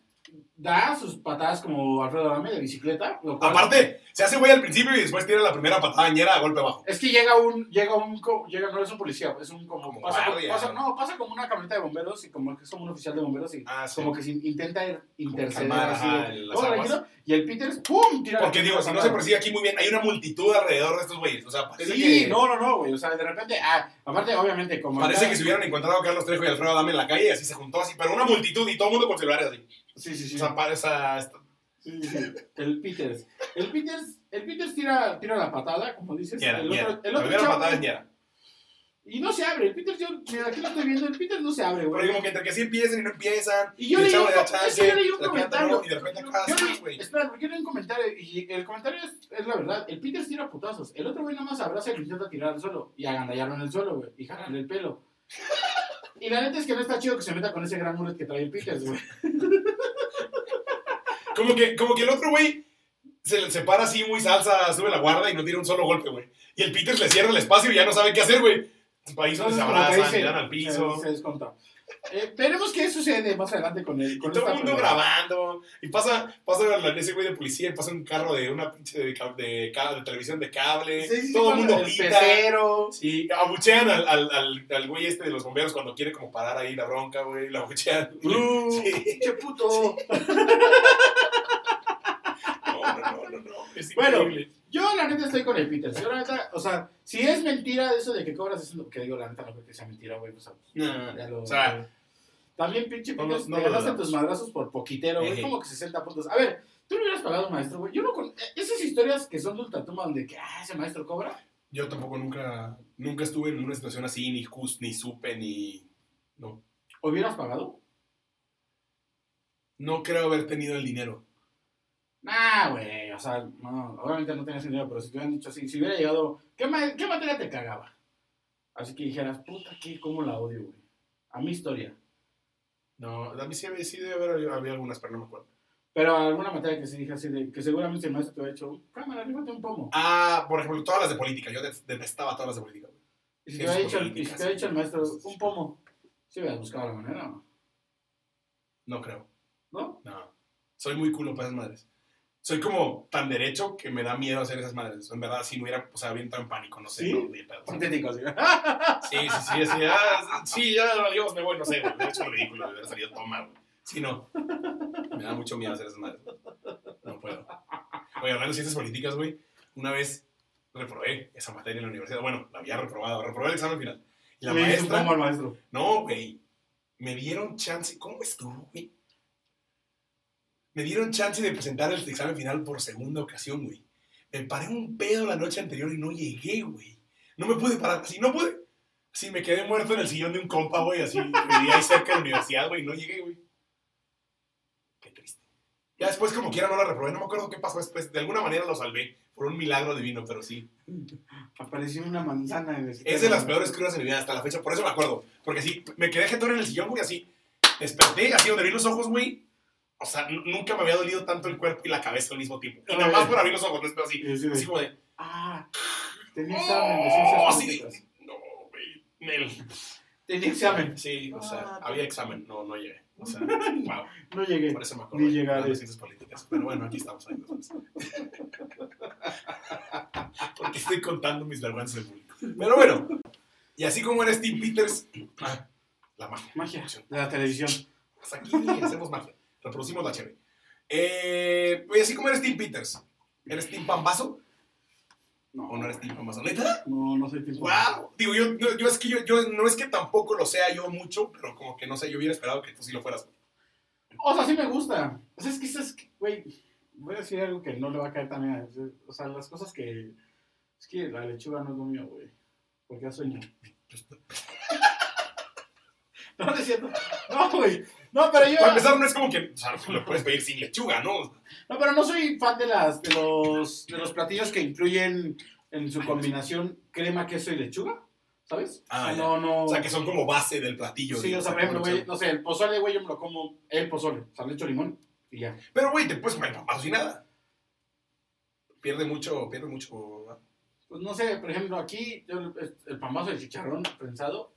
S1: da sus patadas como Alfredo Adame de bicicleta. lo cual-
S2: Aparte, se hace güey al principio y después tira la primera patada ñera a golpe bajo.
S1: Es que llega un, llega un, co- llega, no es un policía, es un como,
S2: Como
S1: pasa,
S2: guardia.
S1: pasa- no, pasa como una camioneta de bomberos y como que es como un oficial de bomberos y
S2: Ah, sí.
S1: como que se intenta ir- interceder
S2: calmar,
S1: así,
S2: ajá,
S1: de,
S2: las
S1: "Oh,
S2: aguas".
S1: tranquilo", y el Peters, ¡pum! Tira
S2: Porque digo, si no se
S1: patada.
S2: persigue aquí muy bien, hay una multitud alrededor de estos güeyes. O sea, parece
S1: Sí,
S2: que.
S1: no, no, no, güey, o sea, de repente, ah, aparte, obviamente, como
S2: Parece
S1: acá-
S2: que se hubieran encontrado a Carlos Trejo y Alfredo Adame en la calle y así se juntó así, pero una multitud y todo el mundo con celulares así.
S1: Sí, sí, sí.
S2: O sea, para esa- esta-
S1: Sí, sí, sí. El Peters. El Peters, el Peters tira, tira la patada, como dices.
S2: ñera,
S1: el
S2: ñera.
S1: otro, el
S2: La
S1: otro
S2: primera
S1: chavo-
S2: patada es ñera.
S1: Y no se abre. El Peters, yo, mira, aquí lo estoy viendo. El Peters no se abre,
S2: Pero
S1: güey.
S2: como que entre que sí empiezan y no empiezan.
S1: Y yo
S2: el
S1: leí
S2: chavo
S1: un-
S2: le da
S1: es que
S2: chance,
S1: yo leí un
S2: la canta,
S1: comentario.
S2: no, Y de repente
S1: Yo
S2: acá,
S1: leí-
S2: güey.
S1: Espera, porque leí un comentario. Y el comentario es, es la verdad. El Peters tira putazos. El otro güey nada más abraza y lo intenta tirar al suelo. Y agandallarlo en el suelo, güey. Y jalarle el pelo. Y la neta es que no está chido que se meta con ese gran mullet que trae el Peters, güey.
S2: Como que, como que el otro güey se le separa así muy salsa, sube la guarda y no tira un solo golpe, güey. Y el Peters le cierra el espacio y ya no sabe qué hacer, güey. País donde se
S1: Entonces, como que
S2: abrazan,
S1: dice,
S2: miran al piso.
S1: Se, se desconta. Eh, veremos qué sucede más adelante con el. Con
S2: Y todo
S1: esta
S2: el mundo
S1: pelea.
S2: grabando. Y pasa, pasa la- ese güey de policía y pasa un carro de una pinche de, ca- de, ca- de televisión de cable.
S1: Sí, sí, sí,
S2: todo el
S1: con
S2: mundo
S1: el
S2: grita.
S1: pecero.
S2: Sí, abuchean al, al, al, al güey este de los bomberos cuando quiere como parar ahí la bronca, güey. La abuchean.
S1: Uh,
S2: Sí.
S1: ¡Qué puto!
S2: No, no, no, no, no. Es
S1: Bueno,
S2: increíble.
S1: Yo la neta estoy con el Peter. Yo la neta, o sea, si es mentira eso de que cobras eso, que digo la neta no creo que sea mentira, güey. O sea,
S2: No,
S1: ya
S2: no,
S1: lo-
S2: o sea,
S1: también pinche
S2: no
S1: Peter,
S2: lo- no
S1: te
S2: lo
S1: ganaste
S2: dudamos.
S1: tus madrazos por poquitero, güey.
S2: Ey.
S1: Como que 60 puntos. A ver, tú no hubieras pagado maestro, güey. Yo no con eh, esas historias que son de ultratumba donde que ah, ese maestro cobra.
S2: Yo tampoco nunca, nunca estuve en una situación así, ni jus, ni supe, ni... No.
S1: ¿Hubieras pagado?
S2: No creo haber tenido el dinero.
S1: Nah, güey. O sea, no, obviamente no tenías dinero, pero si te hubieran dicho así, si hubiera llegado, ¿qué, ma- qué materia te cagaba? Así que dijeras, puta, ¿qué? ¿Cómo la odio, güey? A mi historia.
S2: No, a mí sí, había- sí debe haber había algunas, pero no me acuerdo.
S1: Pero alguna materia que se dije así, de, que seguramente el maestro te hubiera dicho, cámara, rífate un pomo.
S2: Ah, por ejemplo, todas las de política. Yo des- detestaba todas las de política. güey.
S1: Y si
S2: sí,
S1: te hubiera
S2: sí,
S1: dicho,
S2: sí,
S1: y si te hubiera
S2: sí.
S1: dicho el maestro, un pomo, sí hubieras buscado la manera,
S2: No creo.
S1: ¿no?
S2: No. Soy muy culo para esas madres. Soy como tan derecho que me da miedo hacer esas madres. En verdad, si no hubiera, o sea, bien tan pánico, no sé.
S1: ¿Sí?
S2: no, ni pedo.
S1: Sintético, sí.
S2: Sí, sí, sí, así, ah, sí, ya, Dios, me voy, no sé, güey, me he hecho ridículo de haber salido todo mal, güey. Sí, no, me da mucho miedo hacer esas madres, no puedo. Oye, hablando de ciencias políticas, güey, una vez reprobé esa materia en la universidad, bueno, la había reprobado, reprobé el examen final. Y la
S1: Le dices un pomo
S2: maestra,
S1: al maestro.
S2: no, güey, me dieron chance, ¿cómo estuvo, güey? Me dieron chance de presentar el examen final por segunda ocasión, güey. Me paré un pedo la noche anterior y no llegué, güey. No me pude parar, así no pude. Así me quedé muerto en el sillón de un compa, güey, así. que vivía ahí cerca de la universidad, güey, y no llegué, güey. Qué triste. Ya después, como quiera, no la reprobé. No me acuerdo qué pasó después. De alguna manera lo salvé. Por un milagro divino, pero sí.
S1: Apareció una manzana en el
S2: Es de las peores crudas de mi vida hasta la fecha. Por eso me acuerdo. Porque sí, me quedé jetón en el sillón, güey, así. Desperté, así, donde abrí los ojos, güey. O sea, n- nunca me había dolido tanto el cuerpo y la cabeza al mismo tiempo. Y nada más por abrir los ojos, no espero así.
S1: Y así de,
S2: Así como de.
S1: Ah, tenía examen de
S2: Oh,
S1: ciencias
S2: sí,
S1: políticas.
S2: no, güey. Nel.
S1: Tenía examen.
S2: Sí, o sea,
S1: Ah,
S2: había examen, no, no llegué. O sea, wow,
S1: No llegué.
S2: por eso me acuerdo.
S1: Ni llegar,
S2: de
S1: eh.
S2: las ciencias políticas. Pero bueno, aquí estamos. ahí nos vemos. Porque estoy contando mis vergüenzas de público. Pero bueno, y así como era Steve Peters, ah, la magia.
S1: Magia de la televisión.
S2: Hasta aquí hacemos magia. Reproducimos la chévere. Eh, y así como eres Team Peters. ¿Eres Team Pambazo? ¿O no eres Team Pambazo? ¿Neta?
S1: No, no soy tipo.
S2: ¡Wow! Digo, yo, yo, yo es que yo, yo- no es que tampoco lo sea yo mucho, pero como que no sé, yo hubiera esperado que tú sí lo fueras.
S1: O sea, sí me gusta. O sea, es que, es que, güey, voy a decir algo que no le va a caer también. a- O sea, las cosas que. Es que la lechuga no es lo mío, güey. Porque ya sueño. No, no es cierto. No, güey. No, pero yo.
S2: Para empezar, no es como que o sea, lo puedes pedir sin lechuga, ¿no?
S1: No, pero no soy fan de, las, de, los, de los platillos que incluyen en su combinación crema, queso y lechuga. ¿Sabes?
S2: Ah,
S1: O sea, no, no.
S2: O sea, que son como base del platillo.
S1: Sí, o
S2: digamos,
S1: sea, por ejemplo,
S2: como lo
S1: güey, no sé, el pozole, güey, yo me lo como el pozole. O sea, le echo limón y ya.
S2: sea. Pero, güey, te puedes comer pambazo sin nada. Pierde mucho, pierde mucho. ¿no?
S1: Pues no sé, por ejemplo, aquí yo, el- el pambazo de chicharrón prensado.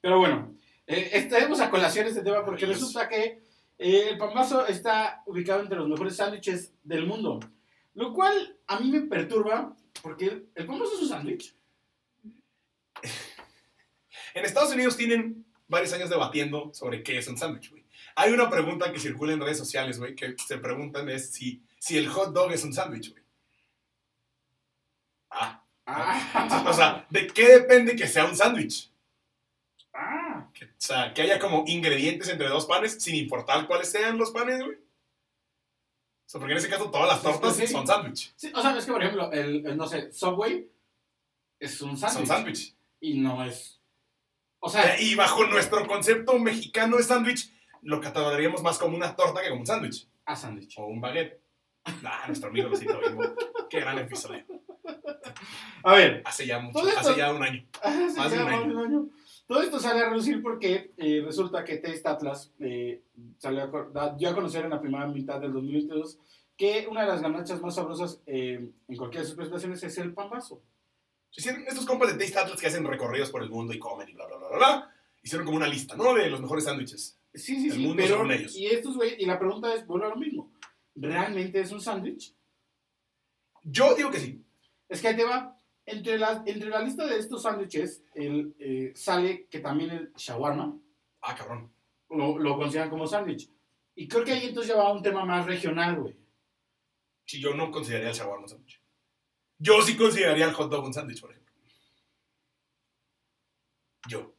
S1: Pero bueno, eh, estaremos a colación este tema porque
S2: Dios.
S1: resulta que eh, el pambazo está ubicado entre los mejores sándwiches del mundo. Lo cual a mí me perturba porque el- el pambazo es un sándwich.
S2: En Estados Unidos tienen varios años debatiendo sobre qué es un sándwich, güey. Hay una pregunta que circula en redes sociales, güey, que se preguntan es si, si el hot dog es un sándwich, güey. Ah, o sea, ¿de qué depende que sea un sándwich?
S1: Ah,
S2: Que- O sea, que haya como ingredientes entre dos panes, sin importar cuáles sean los panes, güey. O sea, porque en ese caso todas las
S1: Sí, sí,
S2: tortas
S1: Pues, sí.
S2: son sándwich.
S1: sí, o sea, es que por ejemplo, el, el, no sé, Subway es un
S2: Son
S1: sándwich
S2: sándwich.
S1: y no es. O sea,
S2: Eh, Y bajo nuestro concepto mexicano de sándwich, lo catalogaríamos más como una torta que como un sándwich.
S1: a sándwich.
S2: O un baguette. Ah, nuestro amigo Luisito Bimbo. Qué gran episodio.
S1: A ver,
S2: Hace ya mucho,
S1: Todo esto-
S2: hace ya un año.
S1: Ah, sí,
S2: Más de
S1: ya,
S2: un
S1: más
S2: año.
S1: de un año. Todo esto sale a relucir porque eh, resulta que Taste Atlas eh, salió a, cor- da- dio a conocer en la primera mitad del 2022 que una de las garnachas más sabrosas eh, en cualquiera de sus presentaciones es el pambazo.
S2: Hicieron estos compas de Taste Atlas que hacen recorridos por el mundo y comen y bla, bla, bla, bla, bla. Hicieron como una lista, ¿no? De los mejores sándwiches.
S1: Sí, sí,
S2: El
S1: sí.
S2: mundo
S1: pero-
S2: según ellos.
S1: Y, estos, güey, y la pregunta es, vuelvo a lo mismo. ¿Realmente es un sándwich?
S2: Yo digo que sí.
S1: Es que ahí te va. Entre la, entre la lista de estos sándwiches el, eh, sale que también el shawarma
S2: Ah, cabrón.
S1: lo, lo consideran como sándwich. Y creo que ahí entonces ya va un tema más regional, güey.
S2: Si yo no consideraría el shawarma un sándwich. Yo sí consideraría el hot dog un sándwich, por ejemplo. Yo.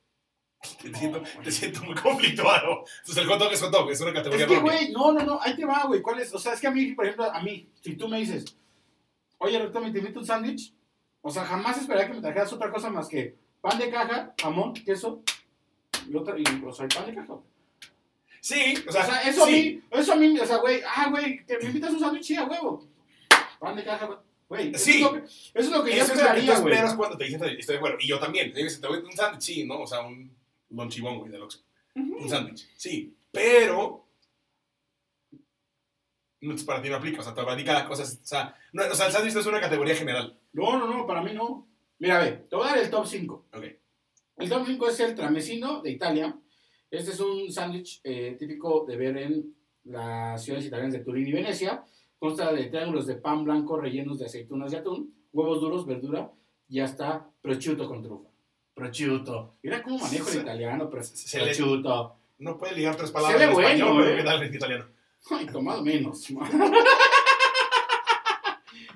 S2: Te
S1: No,
S2: siento,
S1: güey.
S2: te siento muy conflictuado. Entonces el hot dog es hot dog, es una categoría
S1: Es que,
S2: propia.
S1: güey, no, no, no, ahí te va, güey. ¿Cuál es? O sea, es que a mí, por ejemplo, a mí, si tú me dices, oye, Roberto, me te invito un sándwich, o sea, jamás esperaría que me trajeras otra cosa más que pan de caja, jamón, queso, y otra, y, o sea, y pan de caja. O
S2: Sí, o sea,
S1: sea, eso
S2: sí.
S1: a mí, eso a mí, o sea, güey, ah, güey, que me invitas un sándwich, sí, a huevo. Pan de caja, güey. eso
S2: Sí.
S1: es lo que- Eso es lo que yo
S2: Eso es lo que tú
S1: esperaría, güey.
S2: esperas cuando te dicen, estoy de acuerdo. Y yo también. Te dicen, te voy a un sándwich, sí, ¿no? O sea, un lonchibón, güey, del Oxxo. Un sándwich, sí. Pero... No, pues, para ti no aplica. O sea, para ti cada cosa es... O sea, no, o sea el sándwich no es una categoría general.
S1: No, no, no, para mí no. Mira, a ver, te voy a dar el top 5.
S2: Ok.
S1: El top 5 es el tramesino de Italia. Este es un sándwich eh, típico de ver en las ciudades italianas de Turín y Venecia. Consta de triángulos de pan blanco rellenos de aceitunas y atún, huevos duros, verdura y hasta prosciutto con trufa. Prosciutto. Mira cómo manejo
S2: Se-
S1: el italiano, pero
S2: se- se le-
S1: prosciutto.
S2: No puede ligar tres palabras
S1: ve
S2: en español,
S1: bueno,
S2: pero
S1: ¿eh?
S2: ¿qué tal en italiano?
S1: Ay, tomado menos.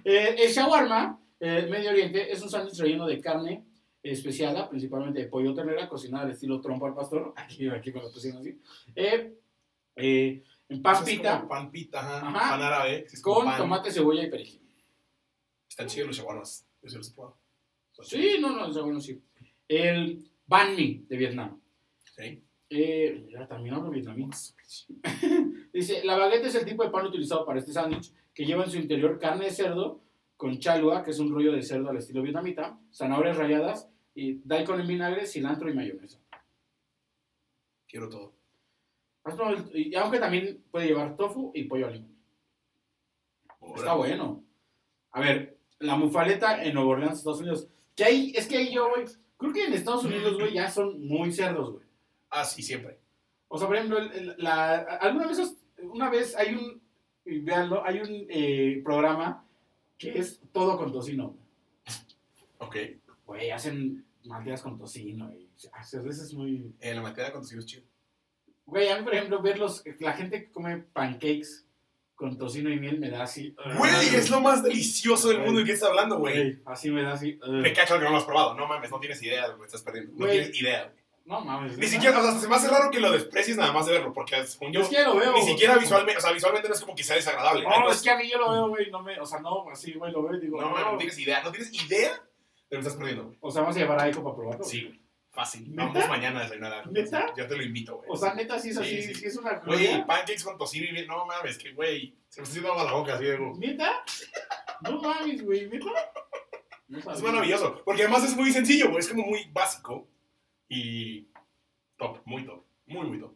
S1: Eh, el shawarma, eh, Medio Oriente, es un sándwich relleno de carne especiada, principalmente de pollo ternera, cocinada al estilo trompo al pastor. Aquí, aquí me lo pusieron así. Eh, eh, en pan
S2: Eso es
S1: pita,
S2: como Pan pita, ajá.
S1: Ajá.
S2: Pan árabe. que es como
S1: con
S2: pan.
S1: tomate, cebolla y perejil.
S2: Están chidos los shawarmas. Yo sí los he probado. Son chidos.
S1: Sí, no, no, eso, bueno, sí. El banh mi de Vietnam.
S2: Sí.
S1: Eh, mira, también hablo vietnamita. Dice, la baguette es el tipo de pan utilizado para este sándwich que lleva en su interior carne de cerdo con chalua, que es un rollo de cerdo al estilo vietnamita, zanahorias ralladas y daikon en vinagre, cilantro y mayonesa.
S2: Quiero todo.
S1: Has probado el- Y aunque también puede llevar tofu y pollo al limón. Está
S2: Órale.
S1: bueno. A ver, la mufaleta en Nueva Orleans, Estados Unidos. Que ahí, es que ahí yo, güey, Creo que en Estados Unidos, güey, ya son muy cerdos, güey.
S2: Así Ah, siempre.
S1: O sea, por ejemplo, el- el- la, alguna vez, os- una vez hay un, y véanlo, hay un eh, programa que es todo con tocino.
S2: Ok. eh,
S1: Güey, hacen malteadas con tocino y a veces es muy...
S2: En la materia cuando sí es chido.
S1: Güey, a mí, por ejemplo, ver los, la gente que come pancakes con tocino y miel me da así...
S2: Güey, es lo más delicioso del
S1: Ah. Güey.
S2: mundo. ¿De qué estás hablando, güey?
S1: Güey, así me da así...
S2: Me cacho que no lo has probado. No mames, no tienes idea de lo que estás perdiendo. No
S1: Güey.
S2: tienes idea. güey.
S1: No mames.
S2: Ni siquiera, o sea, se me hace raro que lo desprecies nada más de verlo, porque según
S1: Yo
S2: yo,
S1: es que lo veo.
S2: ni siquiera visualmente, o sea, visualmente no es como que sea desagradable.
S1: No,
S2: Entonces,
S1: es que a mí yo lo veo, güey, no me... O sea, no, así, güey, lo veo y digo...
S2: No, mames, no tienes idea, no tienes idea de lo que estás perdiendo, güey.
S1: O sea, vamos a llevar a Eiko para probarlo.
S2: Sí, güey. Fácil.
S1: ¿Neta?
S2: Vamos mañana a desayunar. algo.
S1: ¿Neta?
S2: Yo te lo invito, güey.
S1: O sea, neta, sí es
S2: Sí,
S1: así,
S2: sí.
S1: sí, es una
S2: Güey,
S1: gloria.
S2: pancakes con tocino y bien. No mames, que güey. Se me está haciendo agua la boca, así de. güey.
S1: ¿Neta? No mames, güey, ¿neta? No sabía.
S2: Es maravilloso. Porque además es muy sencillo, güey. Es como muy básico. Y. Top, muy top. Muy, muy top.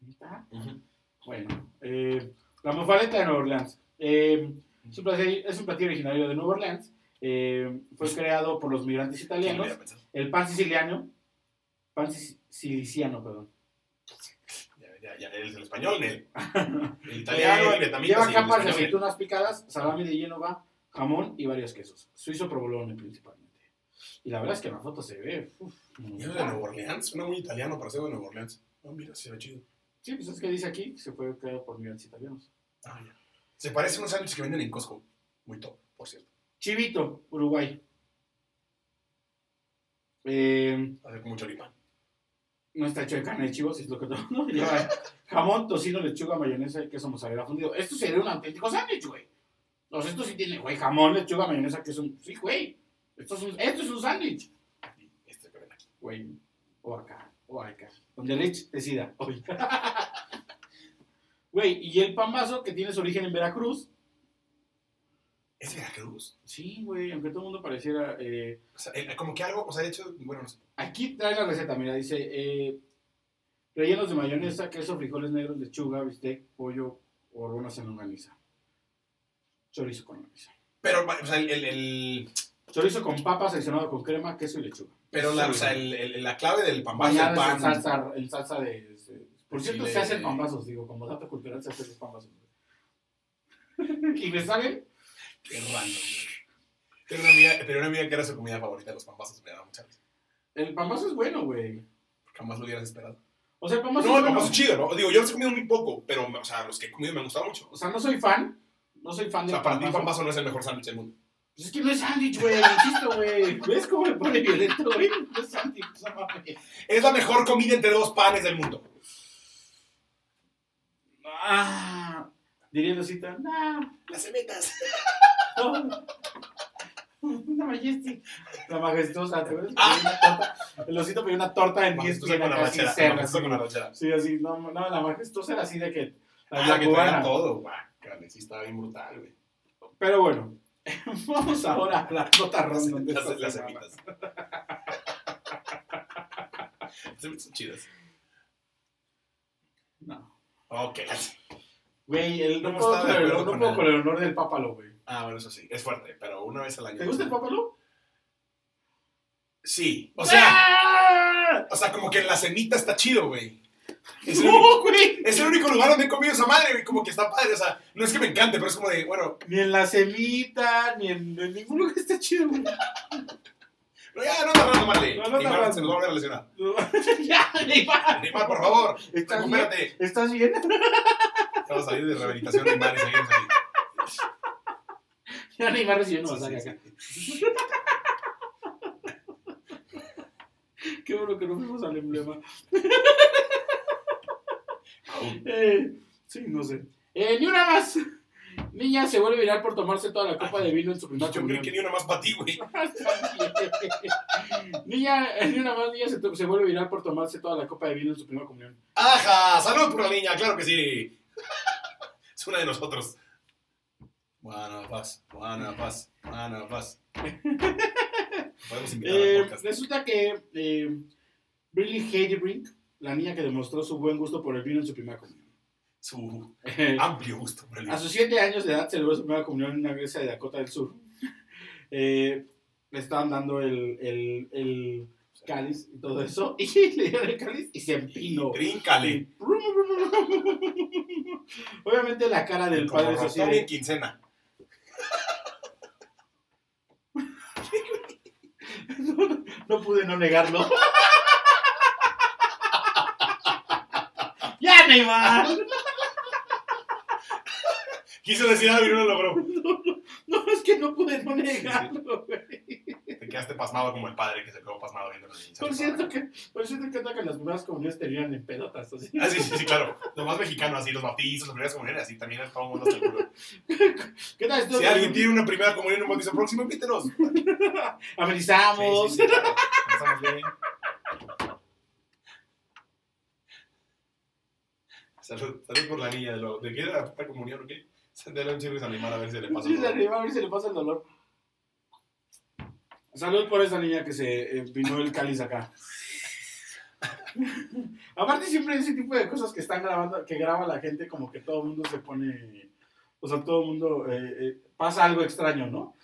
S1: ¿Neta?
S2: Ujú.
S1: Bueno, eh, la mofaleta de Nueva Orleans. Eh, es, un platillo, es un platillo originario de Nueva Orleans. Eh, fue creado por los migrantes
S2: ¿Quién lo
S1: italianos.
S2: hubiera pensado?
S1: El pan siciliano. Pan sic- siciliano, perdón.
S2: Ya, ya, ya. El, el español, Nel. El italiano,
S1: Eh,
S2: el vietnamita.
S1: Lleva
S2: sí,
S1: capas
S2: el
S1: de
S2: español, Nel.
S1: aceitunas picadas, salami de Génova, jamón y varios quesos. Suizo provolone principalmente. Y la verdad es que en la foto se ve. uf,
S2: ¿Y eso de Nueva Orleans? Suena muy italiano para ser de Nueva Orleans. No, mira, se ve chido.
S1: Sí, pues es que dice aquí que se fue creado por migrantes italianos.
S2: Ah, ya. Se parece a unos sándwiches que venden en Costco. Muy top, por cierto.
S1: Chivito, Uruguay. Eh,
S2: A ver, con mucho choripán.
S1: no está hecho de carne de chivo, si es lo que todo ¿no? lleva. Jamón, tocino, lechuga, mayonesa y queso mozzarella fundido. Esto sería un auténtico sándwich, güey. O sea, esto sí tiene, güey, jamón, lechuga, mayonesa, queso. Sí, güey. Esto es un, esto es un sándwich.
S2: Y este que ven aquí.
S1: Güey. O acá, o acá. Donde Rich decida. hoy. Güey, y el pambazo que tiene su origen en Veracruz.
S2: ¿Es Veracruz?
S1: Sí, güey, aunque todo el mundo pareciera. eh,
S2: O sea, eh, como que algo, o sea, de hecho, bueno, no sé.
S1: Aquí trae la receta, mira, dice eh, rellenos de mayonesa, queso, frijoles negros, lechuga, bistec, pollo, hormonas en longaniza. Chorizo con longaniza.
S2: Pero, va- o sea, el, el- el-
S1: Chorizo con papas adicionado con crema, queso y lechuga.
S2: pero la, o sea, el- el- la clave del pambazo, el
S1: Bañadas
S2: pan.
S1: en salsa, en salsa de... de- por
S2: Sí,
S1: cierto,
S2: de-
S1: se hacen pambazos, digo, como dato cultural se hacen los pambazos. ¿Y me saben?
S2: Qué random. güey. Tengo una amiga, tenía una amiga que era su comida favorita, los pambazos, me daba mucha risa.
S1: El pambazo es bueno, güey.
S2: Porque jamás lo hubieras esperado.
S1: O sea, el pambazo
S2: No,
S1: es
S2: el
S1: bueno.
S2: pambazo es chido, ¿no? Digo, yo los he comido muy poco, pero, o sea, los que he comido me han gustado mucho.
S1: O sea, no soy fan. No soy fan
S2: O
S1: del
S2: sea, para ti el
S1: pambazo.
S2: pambazo no es el mejor sándwich del mundo.
S1: Pues es que no es sándwich, güey, insisto, güey. ¿Ves cómo le pone violento, güey? No es sándwich, no mames.
S2: Es la mejor comida entre dos panes del mundo.
S1: Ah, diría Rosita, nah,
S2: Las semetas.
S1: no. Una majestic. La majestuosa, ¿te ves? Una torta. El osito pidió una torta en 10
S2: Majestuosa con
S1: tiendas
S2: la
S1: casi
S2: ranchera.
S1: cerca.
S2: majestuosa con la ranchera.
S1: Sí, así, no, no, la majestuosa era así de que.
S2: Ah,
S1: la
S2: que
S1: cubana.
S2: traían todo, guácale, sí estaba bien brutal, güey.
S1: Pero bueno, vamos ahora a la nota
S2: Las,
S1: random de esta
S2: las, las
S1: semana.
S2: semitas. Las semitas son chidas.
S1: No.
S2: Ok.
S1: Güey, el- no
S2: No
S1: puedo
S2: estaba
S1: con
S2: de
S1: el-
S2: acuerdo
S1: no
S2: con
S1: puedo
S2: él.
S1: con el honor del pápalo, güey.
S2: Ah, bueno, eso sí, es fuerte, pero una vez al año.
S1: ¿Te gusta el pápalo?
S2: Sí, Este- o sea,
S1: ¡Ah!
S2: o sea, como que la semita está chido, güey. Es el, único,
S1: ¡No, güey!
S2: es el único lugar donde he comido esa madre, güey, como que está padre, o sea, no es que me encante, pero es como de, bueno,
S1: Ni en la semita, ni en, en ningún lugar está chido, güey.
S2: no, ya, no te rando, Marley.
S1: No, no te
S2: Neymar
S1: arranco.
S2: se nos va a volver a lesionar.
S1: ya, Neymar.
S2: Neymar, por favor,
S1: Está bien.
S2: recupérate.
S1: ¿Estás bien?
S2: Ya vas a salir de rehabilitación, Neymar, y seguimos aquí.
S1: Ya Neymar recibió una
S2: Sí,
S1: saca
S2: sí,
S1: acá. Qué bueno que no fuimos al emblema. Eh, sí, no sé. Eh, ni una más. Niña se vuelve viral por tomarse toda la copa de vino en su primera
S2: No, yo creí
S1: comunión.
S2: que ni una más para ti, güey.
S1: niña, ni una más, niña se, to- se vuelve viral por tomarse toda la copa de vino en su primera comunión.
S2: ¡Ajá! ¡Salud por la niña! ¡Claro que sí! es una de nosotros. Buena paz, buena paz, buena paz. Podemos invitar
S1: Eh,
S2: al podcast.
S1: resulta que eh, Briley Heidebrink, la niña que demostró su buen gusto por el vino en su primera comunión.
S2: Su
S1: Eh,
S2: amplio gusto por el
S1: a sus 7 años de edad celebró su primera comunión en una iglesia de Dakota del Sur. Eh, le estaban dando el, el, el cáliz y todo eso, y le dieron el cáliz y se empinó.
S2: Tríncale.
S1: Obviamente la cara del
S2: Como
S1: padre es así
S2: ratón
S1: de-
S2: en quincena.
S1: No pude no negarlo. ¡Ya, Neymar!
S2: Quiso decir algo y no lo logró.
S1: No, es que no pude no negarlo, güey.
S2: Te quedaste pasmado como el padre que se quedó pasmado viendo los
S1: Por cierto que, por cierto que atacan las primeras comunidades terminan en pelotas, así.
S2: Ah, sí, sí, sí, claro. Lo más mexicano, así, los bautizos, las primeras comuniones, así también todo el mundo hasta el culo.
S1: ¿Qué tal esto?
S2: Si alguien tiene una primera comunión en un bautizo próximo, invítenos. Sí,
S1: Amenizamos.
S2: sí, sí, claro. Pasamos bien. Salud, salud por la niña de lo. ¿De qué era la puta comunión o qué? Dale un chico y se animar a ver si le pasa
S1: Sí, se
S2: algo.
S1: le va, a ver si le pasa el dolor. Salud por esa niña que se empinó el cáliz acá. Aparte siempre ese tipo de cosas que están grabando, que graba la gente, como que todo el mundo se pone, o sea, todo el mundo eh, eh, pasa algo extraño, ¿no?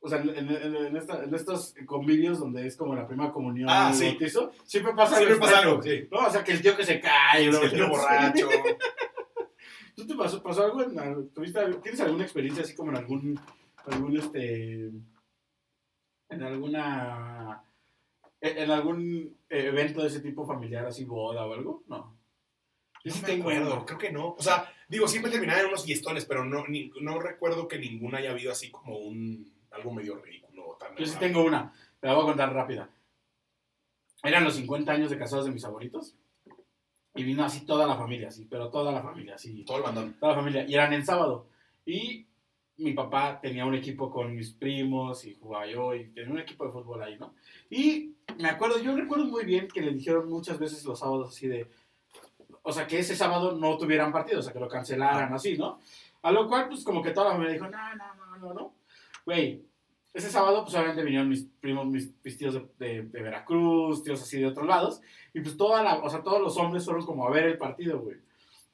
S1: O sea, en, en- en esta- en estos convivios donde es como la primera comunión,
S2: Ah,
S1: el
S2: sí.
S1: bautizo, siempre pasa
S2: Siempre
S1: algo
S2: pasa
S1: extraño,
S2: algo, sí.
S1: ¿no? O sea, que el tío que se cae, ¿no?
S2: Se quedó borracho.
S1: ¿Tú te pasó, pasó algo? En, al- tuviste, al- ¿Tienes alguna experiencia así como en algún, algún este, en alguna, e, en en algún eh, evento de ese tipo familiar, así boda o algo? No. Yo sí
S2: No me
S1: tengo
S2: acuerdo,
S1: uno.
S2: creo que no. O sea, digo, siempre terminaban en unos fiestones, pero no, ni- no recuerdo que ninguna haya habido así como un algo medio ridículo o tan.
S1: Yo sí tengo una. Te la voy a contar rápida. Eran los 50 años de casados de mis abuelitos. Y vino así toda la familia, así, pero toda la familia, así.
S2: Todo el bandón.
S1: toda la familia, y eran en sábado. Y mi papá tenía un equipo con mis primos y jugaba yo, y tenía un equipo de fútbol ahí, ¿no? Y me acuerdo, yo recuerdo muy bien que le dijeron muchas veces los sábados así de, o sea, que ese sábado no tuvieran partido, o sea, que lo cancelaran así, ¿no? A lo cual, pues como que toda la familia dijo, no, no, no, no, no. Güey, ese sábado, pues obviamente vinieron mis primos, mis, mis tíos de, de- de Veracruz, tíos así de otros lados, y pues toda la, o sea, todos los hombres fueron como a ver el partido, güey.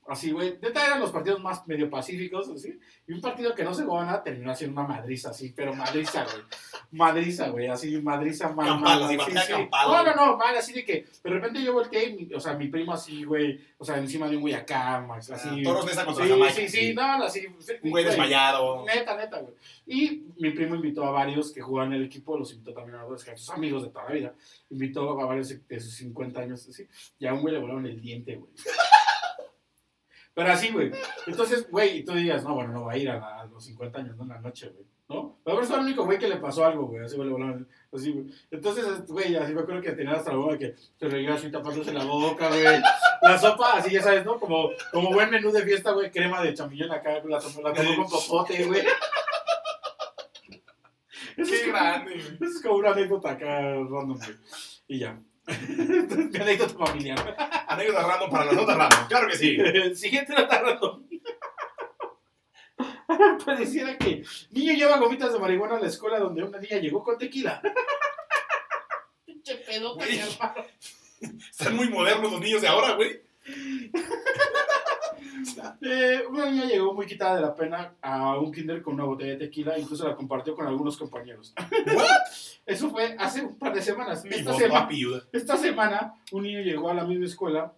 S1: Así, güey. Neta eran los partidos más medio pacíficos, así. Y un partido que no se jugaba nada terminó haciendo una madriza, así. Pero madriza, güey. Madriza, güey. Así, madriza, mal, mal,
S2: Campal,
S1: mal,
S2: así, batalla campal.
S1: No, no, no, mal. Así de que de repente yo volteé y, mi- o sea, mi primo así, güey. O sea, encima de un güey acá, más, así.
S2: Ah, Toros Nesa contra
S1: sí,
S2: Jamaica.
S1: sí, sí, no, no, sí. sí,
S2: Un güey desmayado.
S1: Neta, neta, güey. Y mi primo invitó a varios que jugaban en el equipo, los invitó también a varios que eran sus amigos de toda la vida. Invitó a varios de sus 50 años, así. Y a un güey le volaron el diente, güey. Pero así, güey. Entonces, güey, y tú dirías, no, bueno, no va a ir a, la- a los 50 años, no en la noche, güey. ¿No? Pero es el único güey que le pasó algo, güey. Así, güey, le volaron. Así, güey. Entonces, güey, así me acuerdo que tenía hasta la boca que se lo iba así tapándose la boca, güey. La sopa, así ya sabes, ¿no? Como, como buen menú de fiesta, güey, crema de champiñón acá, la tomó, la tomó con popote, güey. Eso es
S2: Qué
S1: como-
S2: grande, güey.
S1: eso es como una anécdota acá random, güey. Y ya. Entonces, mi anécdota familiar.
S2: Anécdota random para las notas random. Claro que sí.
S1: Siguiente nota random. Pareciera que niño lleva gomitas de marihuana a la escuela donde una niña llegó con tequila. Pinche pedo,
S2: Güey. Están muy modernos los niños de ahora, güey.
S1: Eh, una niña llegó muy quitada de la pena a un kinder con una botella de tequila, incluso la compartió con algunos compañeros.
S2: ¿What?
S1: Eso fue hace un par de semanas.
S2: Mi
S1: Esta,
S2: voz
S1: sema-
S2: va piuda.
S1: esta semana un niño llegó a la misma escuela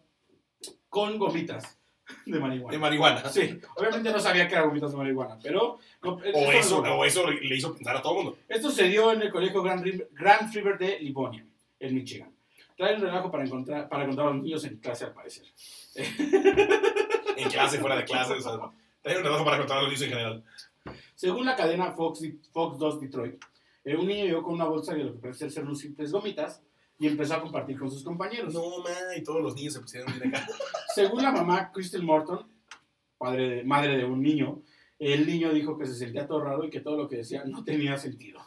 S1: con gomitas de
S2: De
S1: marihuana.
S2: marihuana.
S1: Sí, obviamente no sabía que eran gomitas de marihuana, pero no,
S2: O eso,
S1: esto,
S2: o eso le hizo pensar a todo el mundo.
S1: esto se dio en el colegio Grand, Rim- Grand River de Livonia, en Michigan. Trae un relajo para encontrar para encontrar a los niños en clase al parecer.
S2: En clase, fuera de clase. O sea, trae un relajo para contar a los niños en general.
S1: Según la cadena Fox, Fox 2 Detroit, eh, un niño llegó con una bolsa de lo que parecía ser unos simples gomitas y empezó a compartir con sus compañeros.
S2: No, man, y todos los niños se pusieron bien acá.
S1: Según la mamá Crystal Morton, padre de- madre de un niño, el niño dijo que se sentía todo raro y que todo lo que decía no tenía sentido.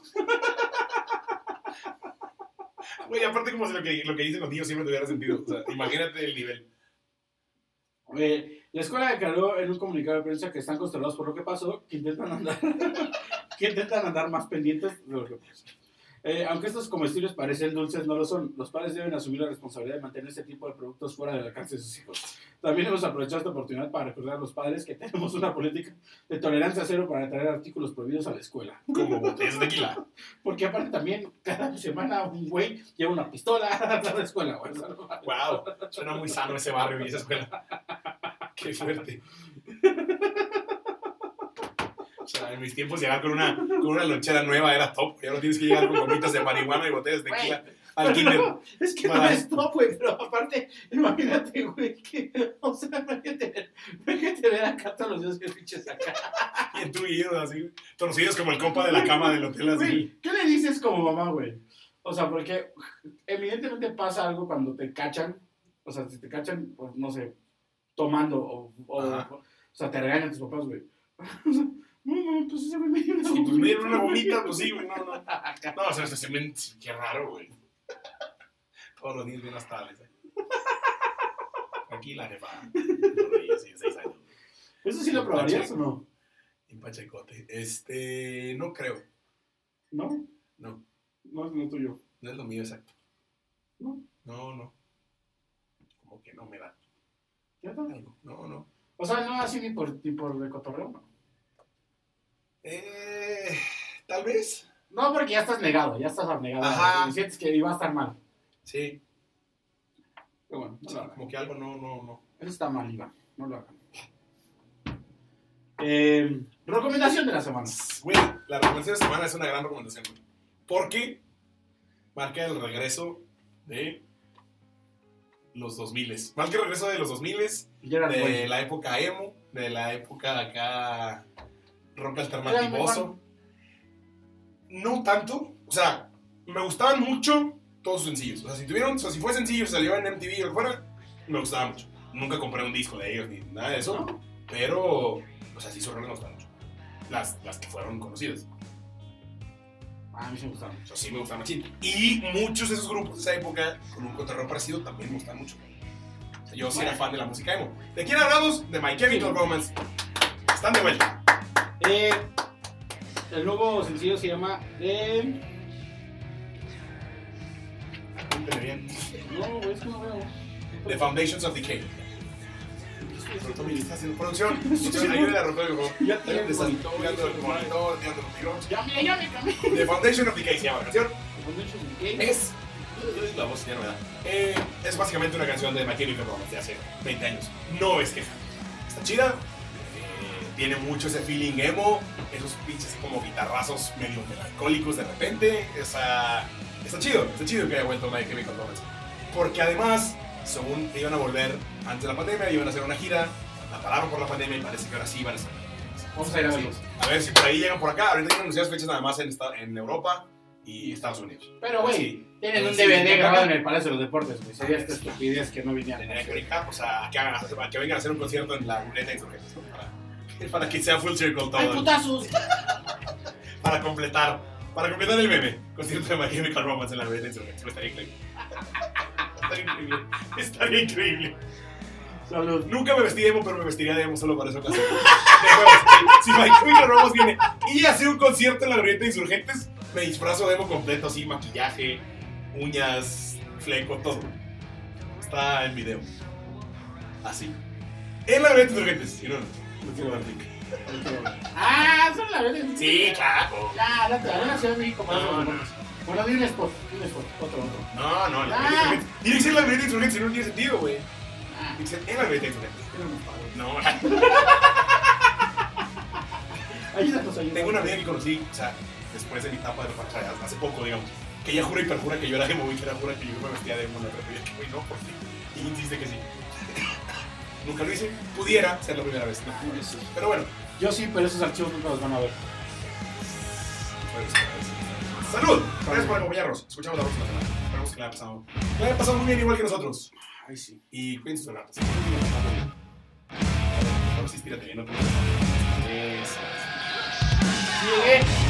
S2: Güey, aparte como si lo que, lo que dicen los niños siempre tuviera sentido. O sea, imagínate el nivel.
S1: Eh, la escuela declaró en un comunicado de prensa que están constelados por lo que pasó, que intentan andar, que intentan andar más pendientes de lo que pasó. Eh, aunque estos comestibles parecen dulces, no lo son. Los padres deben asumir la responsabilidad de mantener este tipo de productos fuera del alcance de sus hijos. También hemos aprovechado esta oportunidad para recordar a los padres que tenemos una política de tolerancia cero para traer artículos prohibidos a la escuela.
S2: Como botellas de tequila.
S1: Porque aparte también, cada semana un güey lleva una pistola a la escuela. güey. O sea, no mames.
S2: Wow, suena muy sano ese barrio y esa escuela. Qué fuerte. O sea, en mis tiempos llegar con una, con una lonchera nueva era top. Ya no tienes que llegar con gomitas de marihuana y botellas de tequila al
S1: Pero
S2: kinder.
S1: no, es que no
S2: Para-
S1: es top, güey, pero aparte, imagínate, güey, que, o sea, imagínate, imagínate ver acá todos los días que pinches acá.
S2: Y en tu guido, así, torcidos como el compa de la cama del hotel, así.
S1: Güey, ¿qué le dices como mamá, güey? O sea, porque evidentemente pasa algo cuando te cachan, o sea, si te cachan, pues, no sé, tomando, o, o,
S2: Ajá.
S1: o sea, te regañan tus papás, güey. O sea, no, no, pues se me dio una
S2: Si pues me dieron una
S1: güey.
S2: gomita, pues sí, güey, no, no. No, o sea, se se me- qué raro, güey. Todos los niños bien astrales, eh. Aquí la jefa. Yo veía así, seis años.
S1: ¿Eso sí lo probarías o no?
S2: En Pachecote. Este, no creo.
S1: No,
S2: No,
S1: no es lo tuyo.
S2: no es lo mío exacto.
S1: ¿No?
S2: No, no. Como que no me da
S1: ¿Ya está?
S2: algo. No, no.
S1: O sea, no así ni por, ni por de cotorreo, no.
S2: Eh, tal vez.
S1: No, porque ya estás negado, ya estás abnegado.
S2: Ajá.
S1: Y sientes que iba a estar mal.
S2: Sí,
S1: Pero bueno, no
S2: sí,
S1: lo hagan.
S2: como que algo no, no, no.
S1: Eso está mal, Iván. No lo hagan. Eh, recomendación de la semana.
S2: Güey, la recomendación de semana es una gran recomendación, güey. Porque marca el regreso de los 2000. Marca el regreso de los 2000,
S1: Gerard
S2: de
S1: Way.
S2: la época emo, de la época acá rock alternativoso. No tanto, o sea, me gustaban mucho todos sus sencillos. O sea, si tuvieron, o sea, si fue sencillo, salió en MTV o lo que fuera, me gustaba mucho. Nunca compré un disco de ellos ni nada de eso, pero, o sea, sí, sus rolas me gustaban mucho. Las, las que fueron conocidas.
S1: Ah, a mí sí me gustaron.
S2: Eso sí me gusta machín. Y muchos de esos grupos de esa época, con un cotorreo parecido, también me gustan mucho. O sea, yo sí era fan de la música emo. ¿De quién hablamos? De My Chemical Romance. Están de vuelta.
S1: Eh, el nuevo sencillo se llama. eh,
S2: Apúntenle bien.
S1: no, güey, es que no veo.
S2: The Foundations of Decay. Roberto Miguel está haciendo producción. Producción, Ayúdenle a romper el juego.
S1: Ya tiene el monitor,
S2: Tirando el
S1: güey.
S2: monitor, tirando los tirones.
S1: Ya me, ya me cambié.
S2: The Foundation of Decay se llama la canción.
S1: ¿Qué?
S2: Es. La voz ya no me da. Eh, es básicamente una canción de My Chemical Romance de hace 20 años. No es queja. Está chida. eh, tiene mucho ese feeling emo. Esos pinches como guitarrazos medio melancólicos de repente. Esa, está chido. Está chido que haya vuelto My Chemical Romance. Porque además, según iban a volver antes de la pandemia, iban a hacer una gira. La pararon por la pandemia y parece que ahora sí van a estar.
S1: Vamos a ir a
S2: Sí.
S1: verlos.
S2: A ver si por ahí llegan por acá. Ahorita tienen anunciadas fechas nada más en, esta- en Europa y Estados Unidos.
S1: Pero, güey,
S2: Sí.
S1: tienen un
S2: Sí,
S1: DVD
S2: sí,
S1: grabado
S2: sí.
S1: en el Palacio de los Deportes, güey. Sería esta estupidez que no vinieran.
S2: Tendría que brincar, o sea, que, hagan, pues, a que vengan a hacer un concierto en la ruleta de insurgentes, ¿no? para, para que sea full circle
S1: ¡Ay,
S2: todo.
S1: putazos!
S2: Para completar, para completar el meme. Concierto de My Chemical Romance en la ruleta de insurgentes. Estaría increíble. Estaría increíble. Estaría increíble.
S1: Salud.
S2: Nunca me vestí de emo, pero me vestiría de emo solo para esa ocasión. De huevos. Si My Chemical Romance viene y hace un concierto en la ruleta de insurgentes, me disfrazo de emo completo, así, maquillaje, uñas, fleco, todo. Está el video. Así. En la ruleta de insurgentes, si no, no quiero ver link.
S1: ¡Ah! Son la verdad.
S2: Sí, claro.
S1: Ya, la la Ciudad de México. Palacio de los
S2: No, no.
S1: Deportes. Bueno, di un spot, di un spot. Otro, otro.
S2: No, no, la
S1: Ah.
S2: ruleta de insurgentes. Tiene que ser la ruleta de insurgentes, si no, no tiene sentido, güey.
S1: Ah,
S2: Tiene que ser en la ruleta de insurgentes.
S1: era un paro.
S2: No,
S1: Ayúdanos, ayúdanos.
S2: Tengo una amiga que conocí, o sea, después de mi etapa de facha, hace poco, digamos, que ella jura y perjura que yo era emo y que era jura que yo me vestía de emo, la verdad, que güey, no, porque ella insiste que sí. Nunca lo hice, pudiera ser la primera vez, ¿no?
S1: Ah, eso.
S2: pero bueno.
S1: Yo sí, pero esos archivos nunca los van a ver.
S2: fue eso, fue eso. pues, ¡Salud! Gracias por acompañarnos. Escuchamos la próxima semana. Esperemos que la haya pasado. La haya pasado muy bien, igual que nosotros.
S1: Ay, sí.
S2: Y cuídense sus ratas. Ahora sí, estírate bien, no te preocupes. Eso.
S1: Llegué.